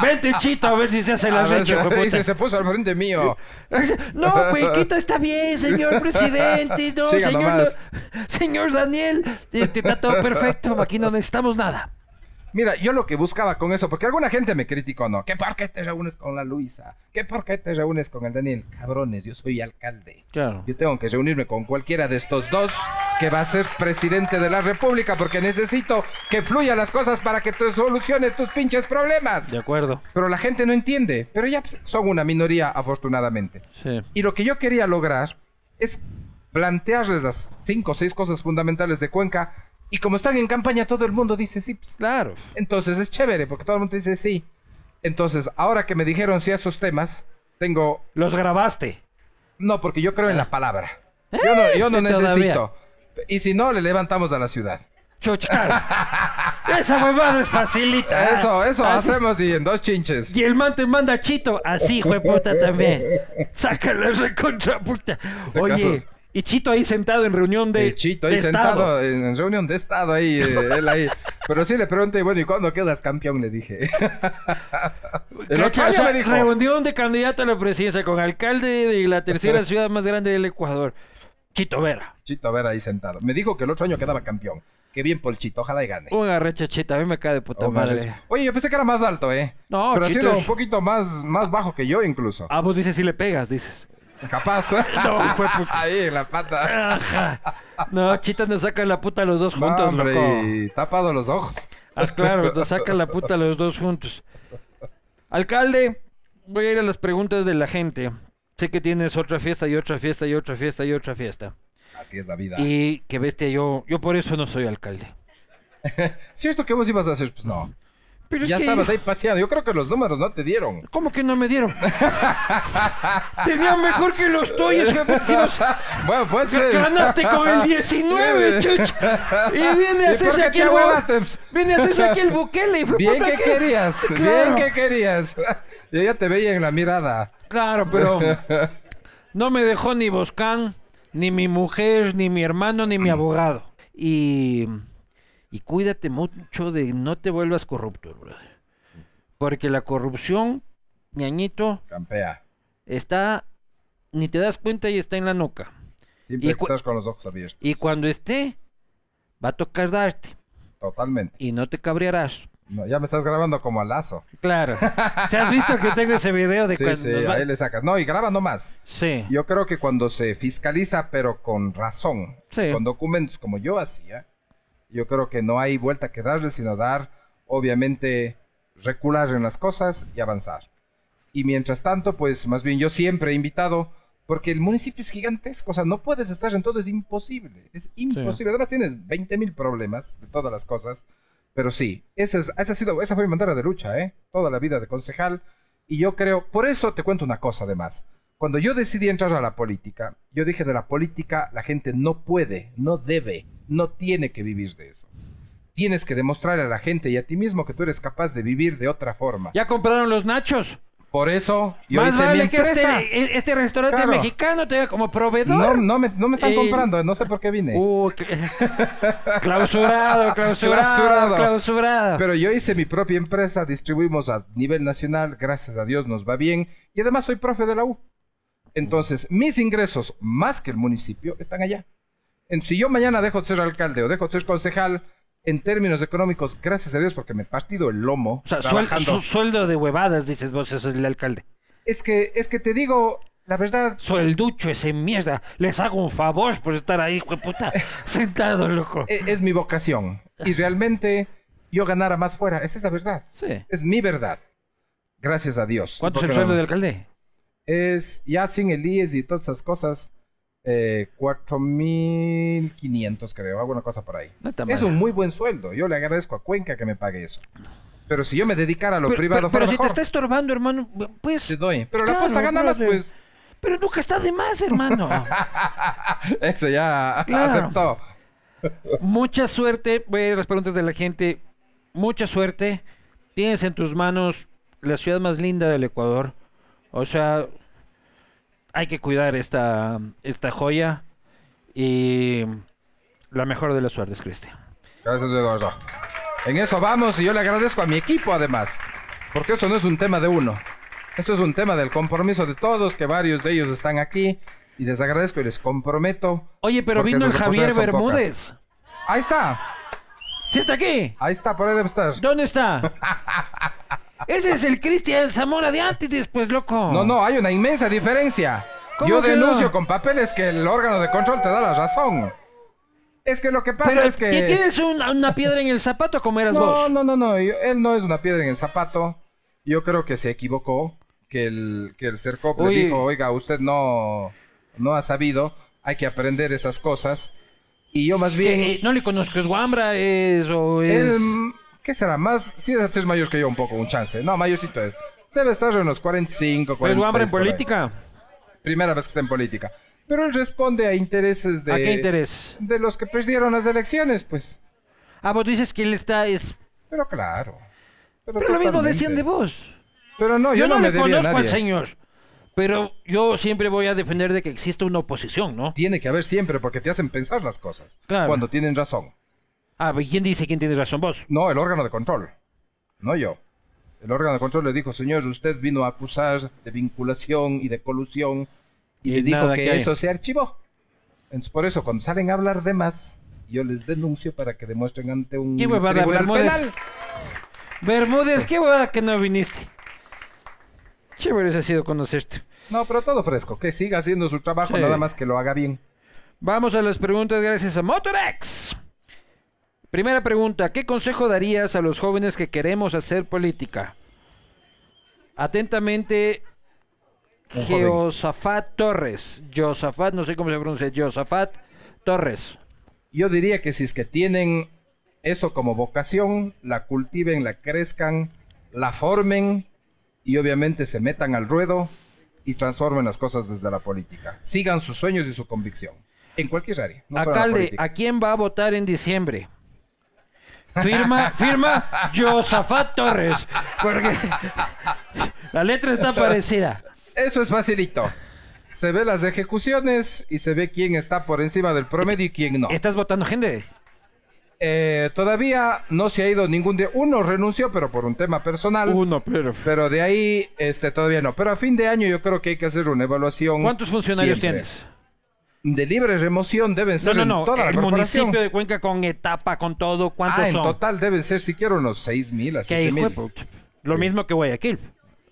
Vente, Chito, a ver si se hace el
A ver,
arrecho. pues.
se- dice, se puso al frente mío.
hijueputa. No, Cuenquita está bien, señor presidente. No,
Siga
señor,
nomás.
no- señor Daniel, te- te está todo perfecto. Aquí no necesitamos nada.
Mira, yo lo que buscaba con eso, porque alguna gente me criticó, ¿no? ¿Qué por qué te reúnes con la Luisa? ¿Qué por qué te reúnes con el Daniel? Cabrones, yo soy alcalde.
Claro.
Yo tengo que reunirme con cualquiera de estos dos que va a ser presidente de la República porque necesito que fluyan las cosas para que te solucione tus pinches problemas.
De acuerdo.
Pero la gente no entiende, pero ya pues, son una minoría afortunadamente.
Sí.
Y lo que yo quería lograr es plantearles las cinco o seis cosas fundamentales de Cuenca y como están en campaña todo el mundo dice, sí, pues,
Claro.
entonces es chévere, porque todo el mundo dice sí. Entonces, ahora que me dijeron sí a esos temas, tengo.
Los grabaste.
No, porque yo creo en la palabra. Yo no, yo no
sí, Ah. todavía.
necesito. Y si no, le levantamos a la ciudad.
Chucha. Esa huevada es facilita. ¿eh?
Eso, eso
Así-
hacemos y en dos chinches.
Ah. Y el man te manda a Chito. Así, puta también. Sácalo, recontra puta. Oye,
Sacamos.
y Chito ahí sentado en reunión de.
El chito ahí
de
sentado
Estado.
en en reunión de Estado ahí, eh, él ahí. Pero sí le pregunté, bueno, ¿y cuándo quedas campeón? Le dije. El
Cacha,
otro
o
año
sea,
me dijo.
reunión de candidato a la presidencia con alcalde de la tercera ciudad más grande del Ecuador. Chito Vera.
Chito, a ver ahí sentado. Me dijo que el otro año quedaba campeón. Qué bien por el chito, ojalá y gane.
Un arrecho Chito, a mí me cae de puta
O más
madre.
hecho. Oye, yo pensé que era más alto, ¿eh?
No,
Oh, Pero ha
Chito
sido
es-
un poquito más, más bajo que yo incluso.
Ah, vos dices si le pegas, dices.
Capaz.
No, hijo de puta.
Ahí, en la pata.
Ajá. No, Chito nos saca la puta los dos juntos,
No, hombre,
loco.
y tapado los ojos.
Ah, claro, nos sacan la puta los dos juntos. Alcalde, voy a ir a las preguntas de la gente. Sé que tienes otra fiesta y otra fiesta y otra fiesta y otra fiesta.
Así es la vida.
Y que bestia, yo, yo por eso no soy alcalde.
¿Cierto que vos ibas a hacer? Pues no.
Pero
ya
es que-
estabas ahí paseando. Yo creo que los números no te dieron.
¿Cómo que no me dieron? Tenía mejor que los tuyos, que pusimos-
Bueno, puede ser.
Ganaste con el 19, chucha. Y viene a
¿Y por
hacerse
qué
aquí
te
el huevo.
huevaste?
Viene a hacerse aquí el buquele. hijo de
Bien
puta,
que
¿qué?
querías,
Claro.
bien que querías. Yo ya te veía en la mirada.
Claro, pero no me dejó ni Boscán, ni mi mujer, ni mi hermano, ni mi abogado. Mm. Y, y cuídate mucho de no te vuelvas corrupto, brother. Porque la corrupción, ñañito,
Campea.
está, ni te das cuenta y está en la nuca.
Siempre
Y
que
cu-
estás con los ojos abiertos.
Y cuando esté, va a tocar darte
Totalmente.
y no te cabrearás.
No, ya me estás grabando como a lazo.
Claro. ¿Se has visto que tengo ese video de
Sí,
cuando
sí,
nos va-
ahí le sacas. No, y graba nomás.
Sí.
Yo creo que cuando se fiscaliza, pero con razón,
Sí.
con documentos como yo hacía, yo creo que no hay vuelta que darle, sino dar, obviamente, recular en las cosas y avanzar. Y mientras tanto, pues más bien yo siempre he invitado, porque el municipio es gigantesco, o sea, no puedes estar en todo, es imposible, es imposible. Además tienes 20 mil problemas de todas las cosas, pero sí, esa, es- esa, ha sido, esa fue mi bandera de lucha, ¿eh? Toda la vida de concejal, y yo creo, por eso te cuento una cosa además. Cuando yo decidí entrar a la política, yo dije de la política, la gente no puede, no debe, no tiene que vivir de eso. Tienes que demostrarle a la gente y a ti mismo que tú eres capaz de vivir de otra forma.
Ya compraron los nachos.
Por eso yo
Más
hice mi
vale que
empresa.
este, e- este restaurante
Claro.
mexicano te diga como
No,
proveedor.
no me, no me están
Y-
comprando, no sé por qué vine.
Uh, que- clausurado, clausurado,
Clausurado.
clausurado. Ah.
Pero yo hice mi propia empresa, distribuimos a nivel nacional, gracias a Dios nos va bien y además soy profe de la U. Entonces, mis ingresos más que el municipio están allá. En, si yo mañana dejo de ser alcalde o dejo de ser concejal, en términos económicos, gracias a Dios porque me he partido el lomo
o sea, suel-
trabajando.
su- sueldo de huevadas, dices vos, eso es el alcalde.
Es que es que te digo la verdad,
Suelducho ese mierda. Les hago un favor por estar ahí, hijo de puta. Sentado, loco.
e- es mi vocación y realmente yo ganara más fuera, esa es la verdad.
Sí.
Es mi verdad. Gracias a Dios.
¿Cuánto es el
Porque-
sueldo del alcalde?
Es ya sin el IES y todas esas cosas, eh, 4.500 creo, alguna cosa por ahí.
No está mal.
Es un muy buen sueldo. Yo le agradezco a Cuenca que me pague eso. Pero si yo me dedicara a lo
Pero,
privado,
pero- pero
fuera
si te
mejor.
está estorbando, hermano, pues...
Te doy. Pero la
Claro,
apuesta gana más,
brother.
pues.
Pero nunca está de más, hermano.
Eso ya
Claro.
aceptó.
Mucha suerte. Voy a ir a las preguntas de la gente. Mucha suerte. Tienes en tus manos la ciudad más linda del Ecuador. O sea, hay que cuidar esta, esta joya. Y la mejor de las suertes, Cristian.
Gracias, Eduardo. En eso vamos y yo le agradezco a mi equipo además, porque esto no es un tema de uno. Esto es un tema del compromiso de todos, que varios de ellos están aquí y les agradezco y les comprometo.
Oye, pero
Porque
vino el
esas
Javier
oportunidades
Bermúdez.
son Ahí está,
¿Sí está aquí?
ahí está, por ahí debe estar.
¿Dónde está? Ese es el Cristian Zamora de antes, después, loco.
No, no, hay una inmensa diferencia.
¿Cómo
Yo
que
denuncio
no?
con papeles que el órgano de control te da la razón. Es que lo que pasa
Pero
es que...
que tienes una, una piedra en el zapato como eras
No,
vos.
no, no, no. yo- él no es una piedra en el zapato. Yo creo que se equivocó. Que el, que el CERCOP le
Oye.
dijo, oiga, usted no, no ha sabido. Hay que aprender esas cosas. Y yo más bien...
Eh, eh, no le conozco, es Guambra, es o es...
él, mm, ¿Qué será? Más... Sí, debe ser mayor que yo un poco, un chance. No, mayorcito es. Debe estar en los 45,
Pero es
46.
Guambra en
por ahí.
política.
Primera vez que está en política. Pero él responde a intereses de...
¿A qué interés?
De los que perdieron las elecciones, pues.
Ah, vos dices que él está... Es...
Pero claro.
Pero lo mismo
totalmente.
decían de vos.
Pero no, yo,
Yo, no,
me
le
debía a
conozco al
nadie.
señor. Pero yo siempre voy a defender de que existe una oposición, ¿no?
Tiene que haber siempre porque te hacen pensar las cosas.
Claro.
Cuando tienen razón.
Ah, ¿y ¿quién dice quién tiene razón? Vos.
No, el órgano de control. No yo. El órgano de control le dijo, señor, usted vino a acusar de vinculación y de colusión y,
Y
le dijo
nada
que,
que hay.
eso se archivó. Entonces, por eso, cuando salen a hablar de más, yo les denuncio para que demuestren ante un
Qué huevada,
tribunal
Bermúdez.
penal.
Bermúdez, qué huevada que no viniste. Chévere ha sido conocerte.
No, pero todo fresco. Que siga haciendo su trabajo,
Sí.
nada más que lo haga bien.
Vamos a las preguntas gracias a Motorex. Primera pregunta, ¿qué consejo darías a los jóvenes que queremos hacer política? Atentamente,
Un joven.
Geosafat Torres. Josafat, no sé cómo se pronuncia, Josafat Torres.
Yo diría que si es que tienen eso como vocación, la cultiven, la crezcan, la formen y obviamente se metan al ruedo y transformen las cosas desde la política. Sigan sus sueños y su convicción. En cualquier área.
No Alcalde, ¿a quién va a votar en diciembre? Firma, firma Josafat Torres. Porque la letra está parecida.
Eso es facilito. Se ve las ejecuciones y se ve quién está por encima del promedio y quién no.
¿Estás votando gente?
Eh, todavía no se ha ido ningún de uno renunció pero por un tema personal
uno pero
pero de ahí este todavía no pero a fin de año yo creo que hay que hacer una evaluación
cuántos funcionarios siempre. tienes
de libre remoción deben ser
no no no
en toda
el
la
municipio de Cuenca con etapa con todo cuántos
ah, en
son?
total deben ser siquiera unos seis mil a
¿Qué
siete
hijo
mil
de puta? lo mismo que Guayaquil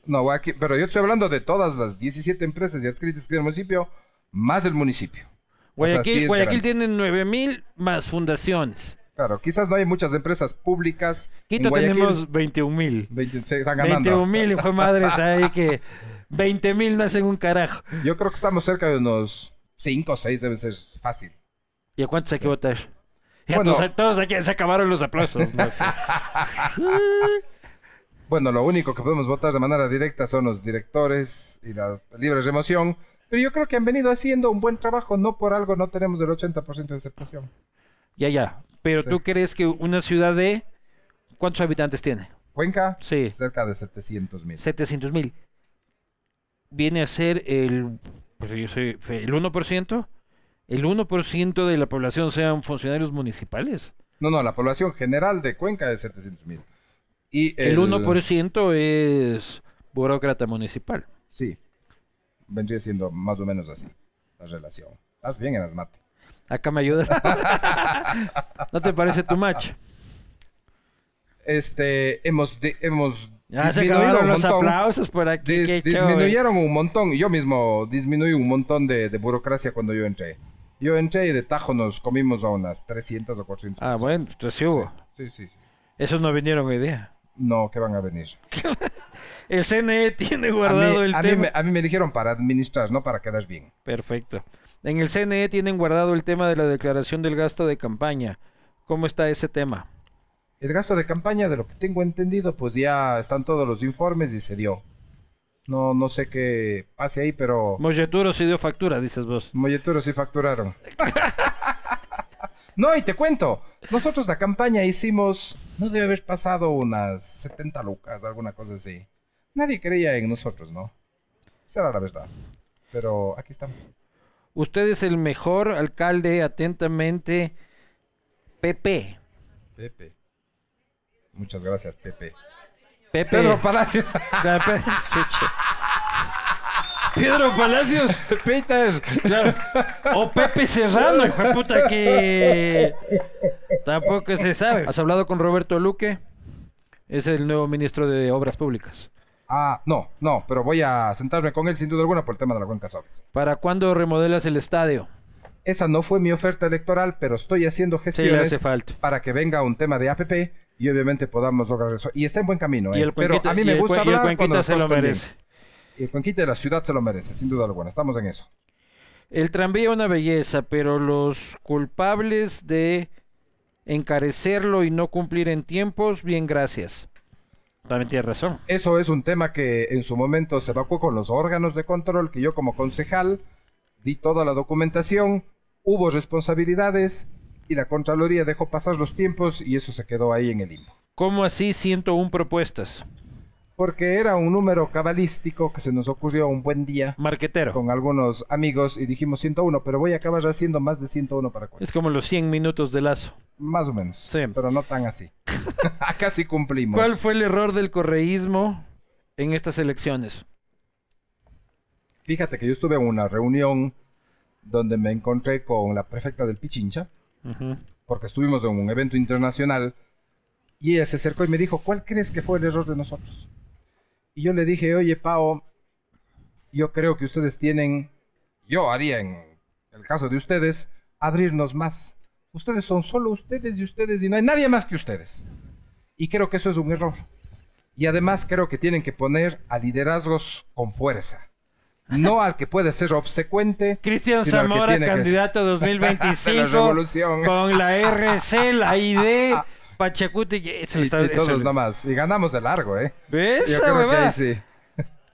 no Guayaquil- pero yo estoy hablando de todas las 17 empresas y adscritas que hay en el municipio más el municipio O sea,
Guayaquil,
sí es
Guayaquil
grande.
tiene 9000 más fundaciones
Claro, quizás no hay muchas empresas públicas.
Quito
en Guayaquil.
tenemos 21 mil.
20 se están ganando.
21 mil, hijo de madres, ahí que 20 mil no hacen un carajo.
Yo creo que estamos cerca de unos 5 o 6, debe ser fácil.
¿Y a cuántos hay que votar? Ya
Bueno.
todos, todos aquí se acabaron los aplausos. ¿no?
Bueno, lo único que podemos votar de manera directa son los directores y la libre remoción. Pero yo creo que han venido haciendo un buen trabajo, no por algo no tenemos el 80% de aceptación.
ya, ya. Pero
Sí.
tú crees que una ciudad de... ¿Cuántos habitantes tiene?
Cuenca,
Sí.
cerca de 700 mil.
700 mil. Viene a ser el... pues yo soy fe- el 1%. El 1% de la población sean funcionarios municipales.
No, no, la población general de Cuenca es 700 mil. Y
El 1% es burócrata municipal.
Sí, vendría siendo más o menos así la relación. Estás bien en las mate.
Acá me ayuda. ¿No te parece tu match?
este, hemos, di- hemos
Ya se
disminuido
acabaron
un
los
montón.
aplausos por aquí.
Dis-
qué chévere.
disminuyeron un montón. Yo mismo disminuí un montón de, de burocracia cuando yo entré. Yo entré y de tajo nos comimos a unas 300 o 400.
Ah,
personas.
bueno, entonces sí hubo.
Sí, sí, sí.
Esos no vinieron hoy día.
No, que van a venir.
El CNE tiene
A mí,
guardado el
a mí
tema.
me, a mí me eligieron para administrar, no para quedar bien.
Perfecto. En el CNE tienen guardado el tema de la declaración del gasto de campaña. ¿Cómo está ese tema?
El gasto de campaña, de lo que tengo entendido, pues ya están todos los informes y se dio. No, no sé qué pase ahí, pero...
Molleturo sí dio factura, dices vos.
Molleturos sí facturaron. no, y te cuento. Nosotros la campaña hicimos, no debe haber pasado unas 70 lucas, alguna cosa así. Nadie creía en nosotros, ¿no? Será la verdad. Pero aquí estamos.
Usted es el mejor alcalde, atentamente, PP.
Pepe. Muchas gracias, Pepe.
Pepe.
Pedro Palacios.
Da- Pe- Chucha. Pedro Palacios.
Peter.
Claro. O Pepe Serrano, hijo de puta, que tampoco se sabe. ¿Has hablado con Roberto Luque? Es el nuevo ministro de Obras Públicas.
Ah, no, no, pero voy a sentarme con él sin duda alguna por el tema de la cuenca Sabes.
¿Para cuándo remodelas el estadio?
Esa no fue mi oferta electoral, pero estoy haciendo
Sí, le
gestiones.
hace falta.
para que venga un tema de APP y obviamente podamos lograr eso. Y está en buen camino, ¿eh?
Y el
Pero
Cuenquita,
a mí
y
me
el
gusta
Cuen- y el
hablar cuando
Cuenquita
las
se lo
cosas están bien.
merece.
Y el Cuenquita de la ciudad se lo merece, sin duda alguna. Estamos en eso.
El tranvía una belleza, pero los culpables de encarecerlo y no cumplir en tiempos, bien gracias. También tienes razón.
Eso es un tema que en su momento se evacuó con los órganos de control, que yo como concejal di toda la documentación, hubo responsabilidades y la Contraloría dejó pasar los tiempos y eso se quedó ahí en el limbo.
¿Cómo así 101 propuestas?
Porque era un número cabalístico que se nos ocurrió un buen día
Marquetero.
con algunos amigos y dijimos 101, pero voy a acabar haciendo más de 101 para Cuenca.
Es como los 100 minutos de lazo.
Más o menos.
Sí.
Pero no tan así. Acá sí cumplimos.
¿Cuál fue el error del correísmo en estas elecciones?
Fíjate que yo estuve en una reunión donde me encontré con la prefecta del Pichincha, porque estuvimos en un evento internacional, y ella se acercó y me dijo, ¿cuál crees que fue el error de nosotros? Y yo le dije, oye, Pao, yo creo que ustedes tienen, yo haría en el caso de ustedes, abrirnos más. Ustedes son solo ustedes y ustedes y no hay nadie más que ustedes. Y creo que eso es un error. Y además creo que tienen que poner a liderazgos con fuerza. No al que puede ser obsecuente.
Cristian
sino al que
Zamora,
tiene que-
candidato
De la
2025
revolución.
con la RC, la ID, Pachacuti y eso
y,
está
y todos nomás. Y ganamos de largo, ¿eh?
¿Ves? Yo creo que ahí sí.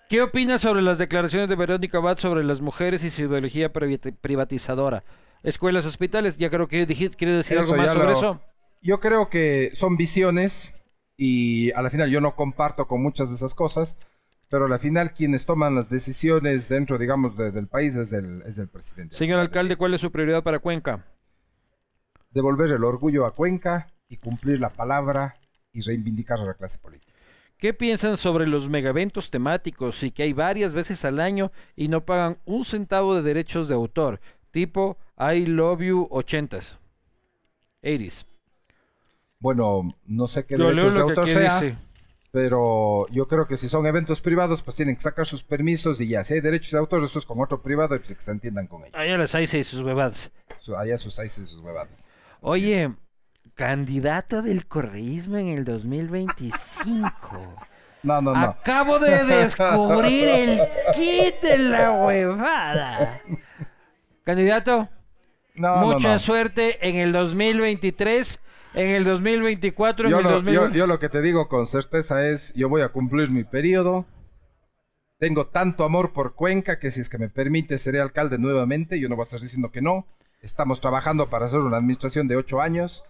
¿Qué opinas sobre las declaraciones de Verónica Abad sobre las mujeres y su ideología privatizadora? Escuelas, hospitales, ya creo que dijiste, ¿quieres decir eso, algo más sobre lo... eso?
Yo creo que son visiones y a la final yo no comparto con muchas de esas cosas, pero a la final quienes toman las decisiones dentro, digamos, de, del país es el, es el presidente.
Señor alcalde, ¿cuál es su prioridad para Cuenca?
Devolver el orgullo a Cuenca y cumplir la palabra y reivindicar a la clase política.
¿Qué piensan sobre los megaventos temáticos y que hay varias veces al año y no pagan un centavo de derechos de autor? Tipo I Love You 80s. 80s.
Bueno, no sé qué yo derechos de autor sea, dice. pero yo creo que si son eventos privados, pues tienen que sacar sus permisos y ya. Si hay derechos de autor, eso es con otro privado y pues que se entiendan con ellos.
Allá las ICE y sus bebadas.
Allá sus ICE y sus bebadas.
Oye, es candidato del correísmo en el 2025.
No, no, no.
Ah,
Acabo de descubrir el kit de la huevada.
Candidato, no, mucha no, no. suerte en el 2023, en el 2024, en
yo
el
lo,
2020.
Yo, yo lo que te digo con certeza es, yo voy a cumplir mi periodo. Tengo tanto amor por Cuenca que si es que me permite seré alcalde nuevamente. Yo no voy a estar diciendo que no. Estamos trabajando para hacer una administración de ocho años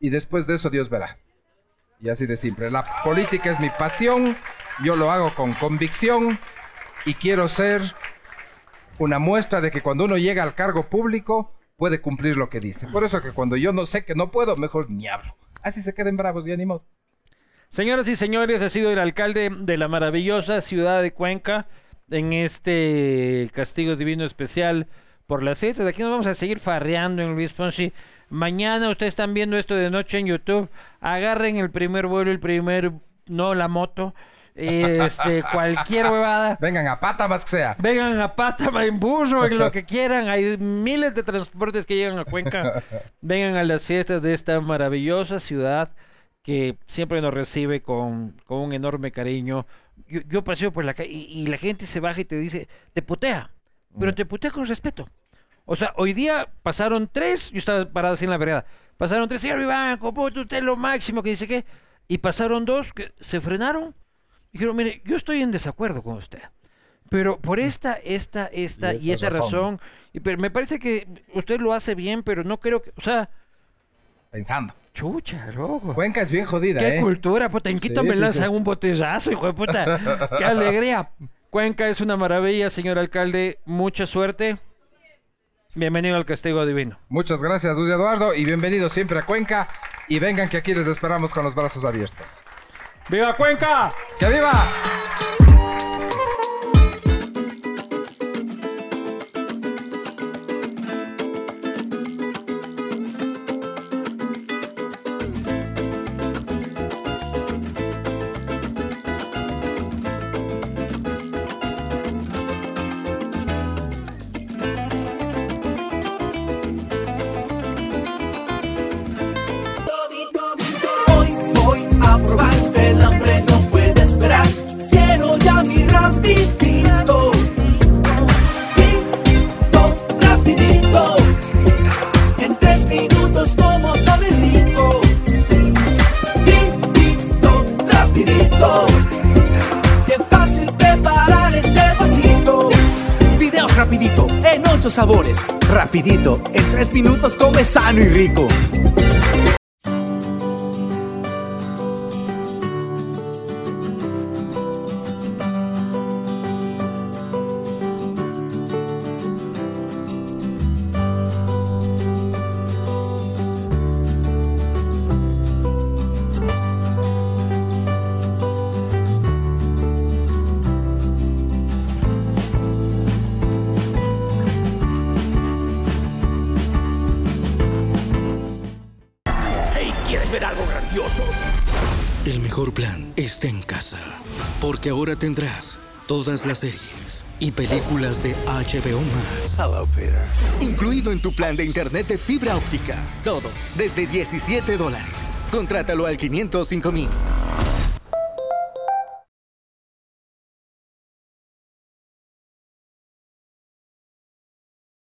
y después de eso Dios verá. Y así de simple. La política es mi pasión, yo lo hago con convicción y quiero ser una muestra de que cuando uno llega al cargo público puede cumplir lo que dice. Por eso que cuando yo no sé que no puedo, mejor ni hablo. Así se queden bravos y animo.
Señoras y señores, ha sido el alcalde de la maravillosa ciudad de Cuenca en este castigo divino especial por las fiestas. Aquí nos vamos a seguir farreando en Luis Ponzi. Mañana ustedes están viendo esto de noche en YouTube. Agarren el primer vuelo, el primer, no la moto. Este, cualquier huevada.
Vengan a pata más que sea.
Vengan a pata, en burro, en lo que quieran. Hay miles de transportes que llegan a Cuenca. Vengan a las fiestas de esta maravillosa ciudad que siempre nos recibe con, con un enorme cariño. Yo, yo, paseo por la calle y, y la gente se baja y te dice, te putea, pero te putea con respeto. O sea, hoy día pasaron tres, yo estaba parado así en la vereda, pasaron tres, señor Iván, puto, usted es lo máximo que dice que, y pasaron dos que se frenaron, y dijeron, mire, yo estoy en desacuerdo con usted, pero por esta, esta, esta Mm. y, esta, y esta razón, razón y, pero me parece que usted lo hace bien, pero no creo que, o sea...
Pensando.
Chucha, loco.
Cuenca es bien jodida,
Qué
eh?
cultura, puta, en Quito sí, me sí, lanzan sí. un botellazo, hijo de puta. Qué alegría. Cuenca es una maravilla, señor alcalde, mucha suerte. Bienvenido al Castigo Divino.
Muchas gracias, Luis Eduardo, y bienvenido siempre a Cuenca. Y vengan que aquí les esperamos con los brazos abiertos.
¡Viva Cuenca!
¡Que viva!
en ocho sabores. Rapidito, en tres minutos come sano y rico.
en casa, porque ahora tendrás todas las series y películas de HBO Max.
Hello, Peter.
Incluido en tu plan de internet de fibra óptica. Todo desde 17 dólares. Contrátalo al 505 mil.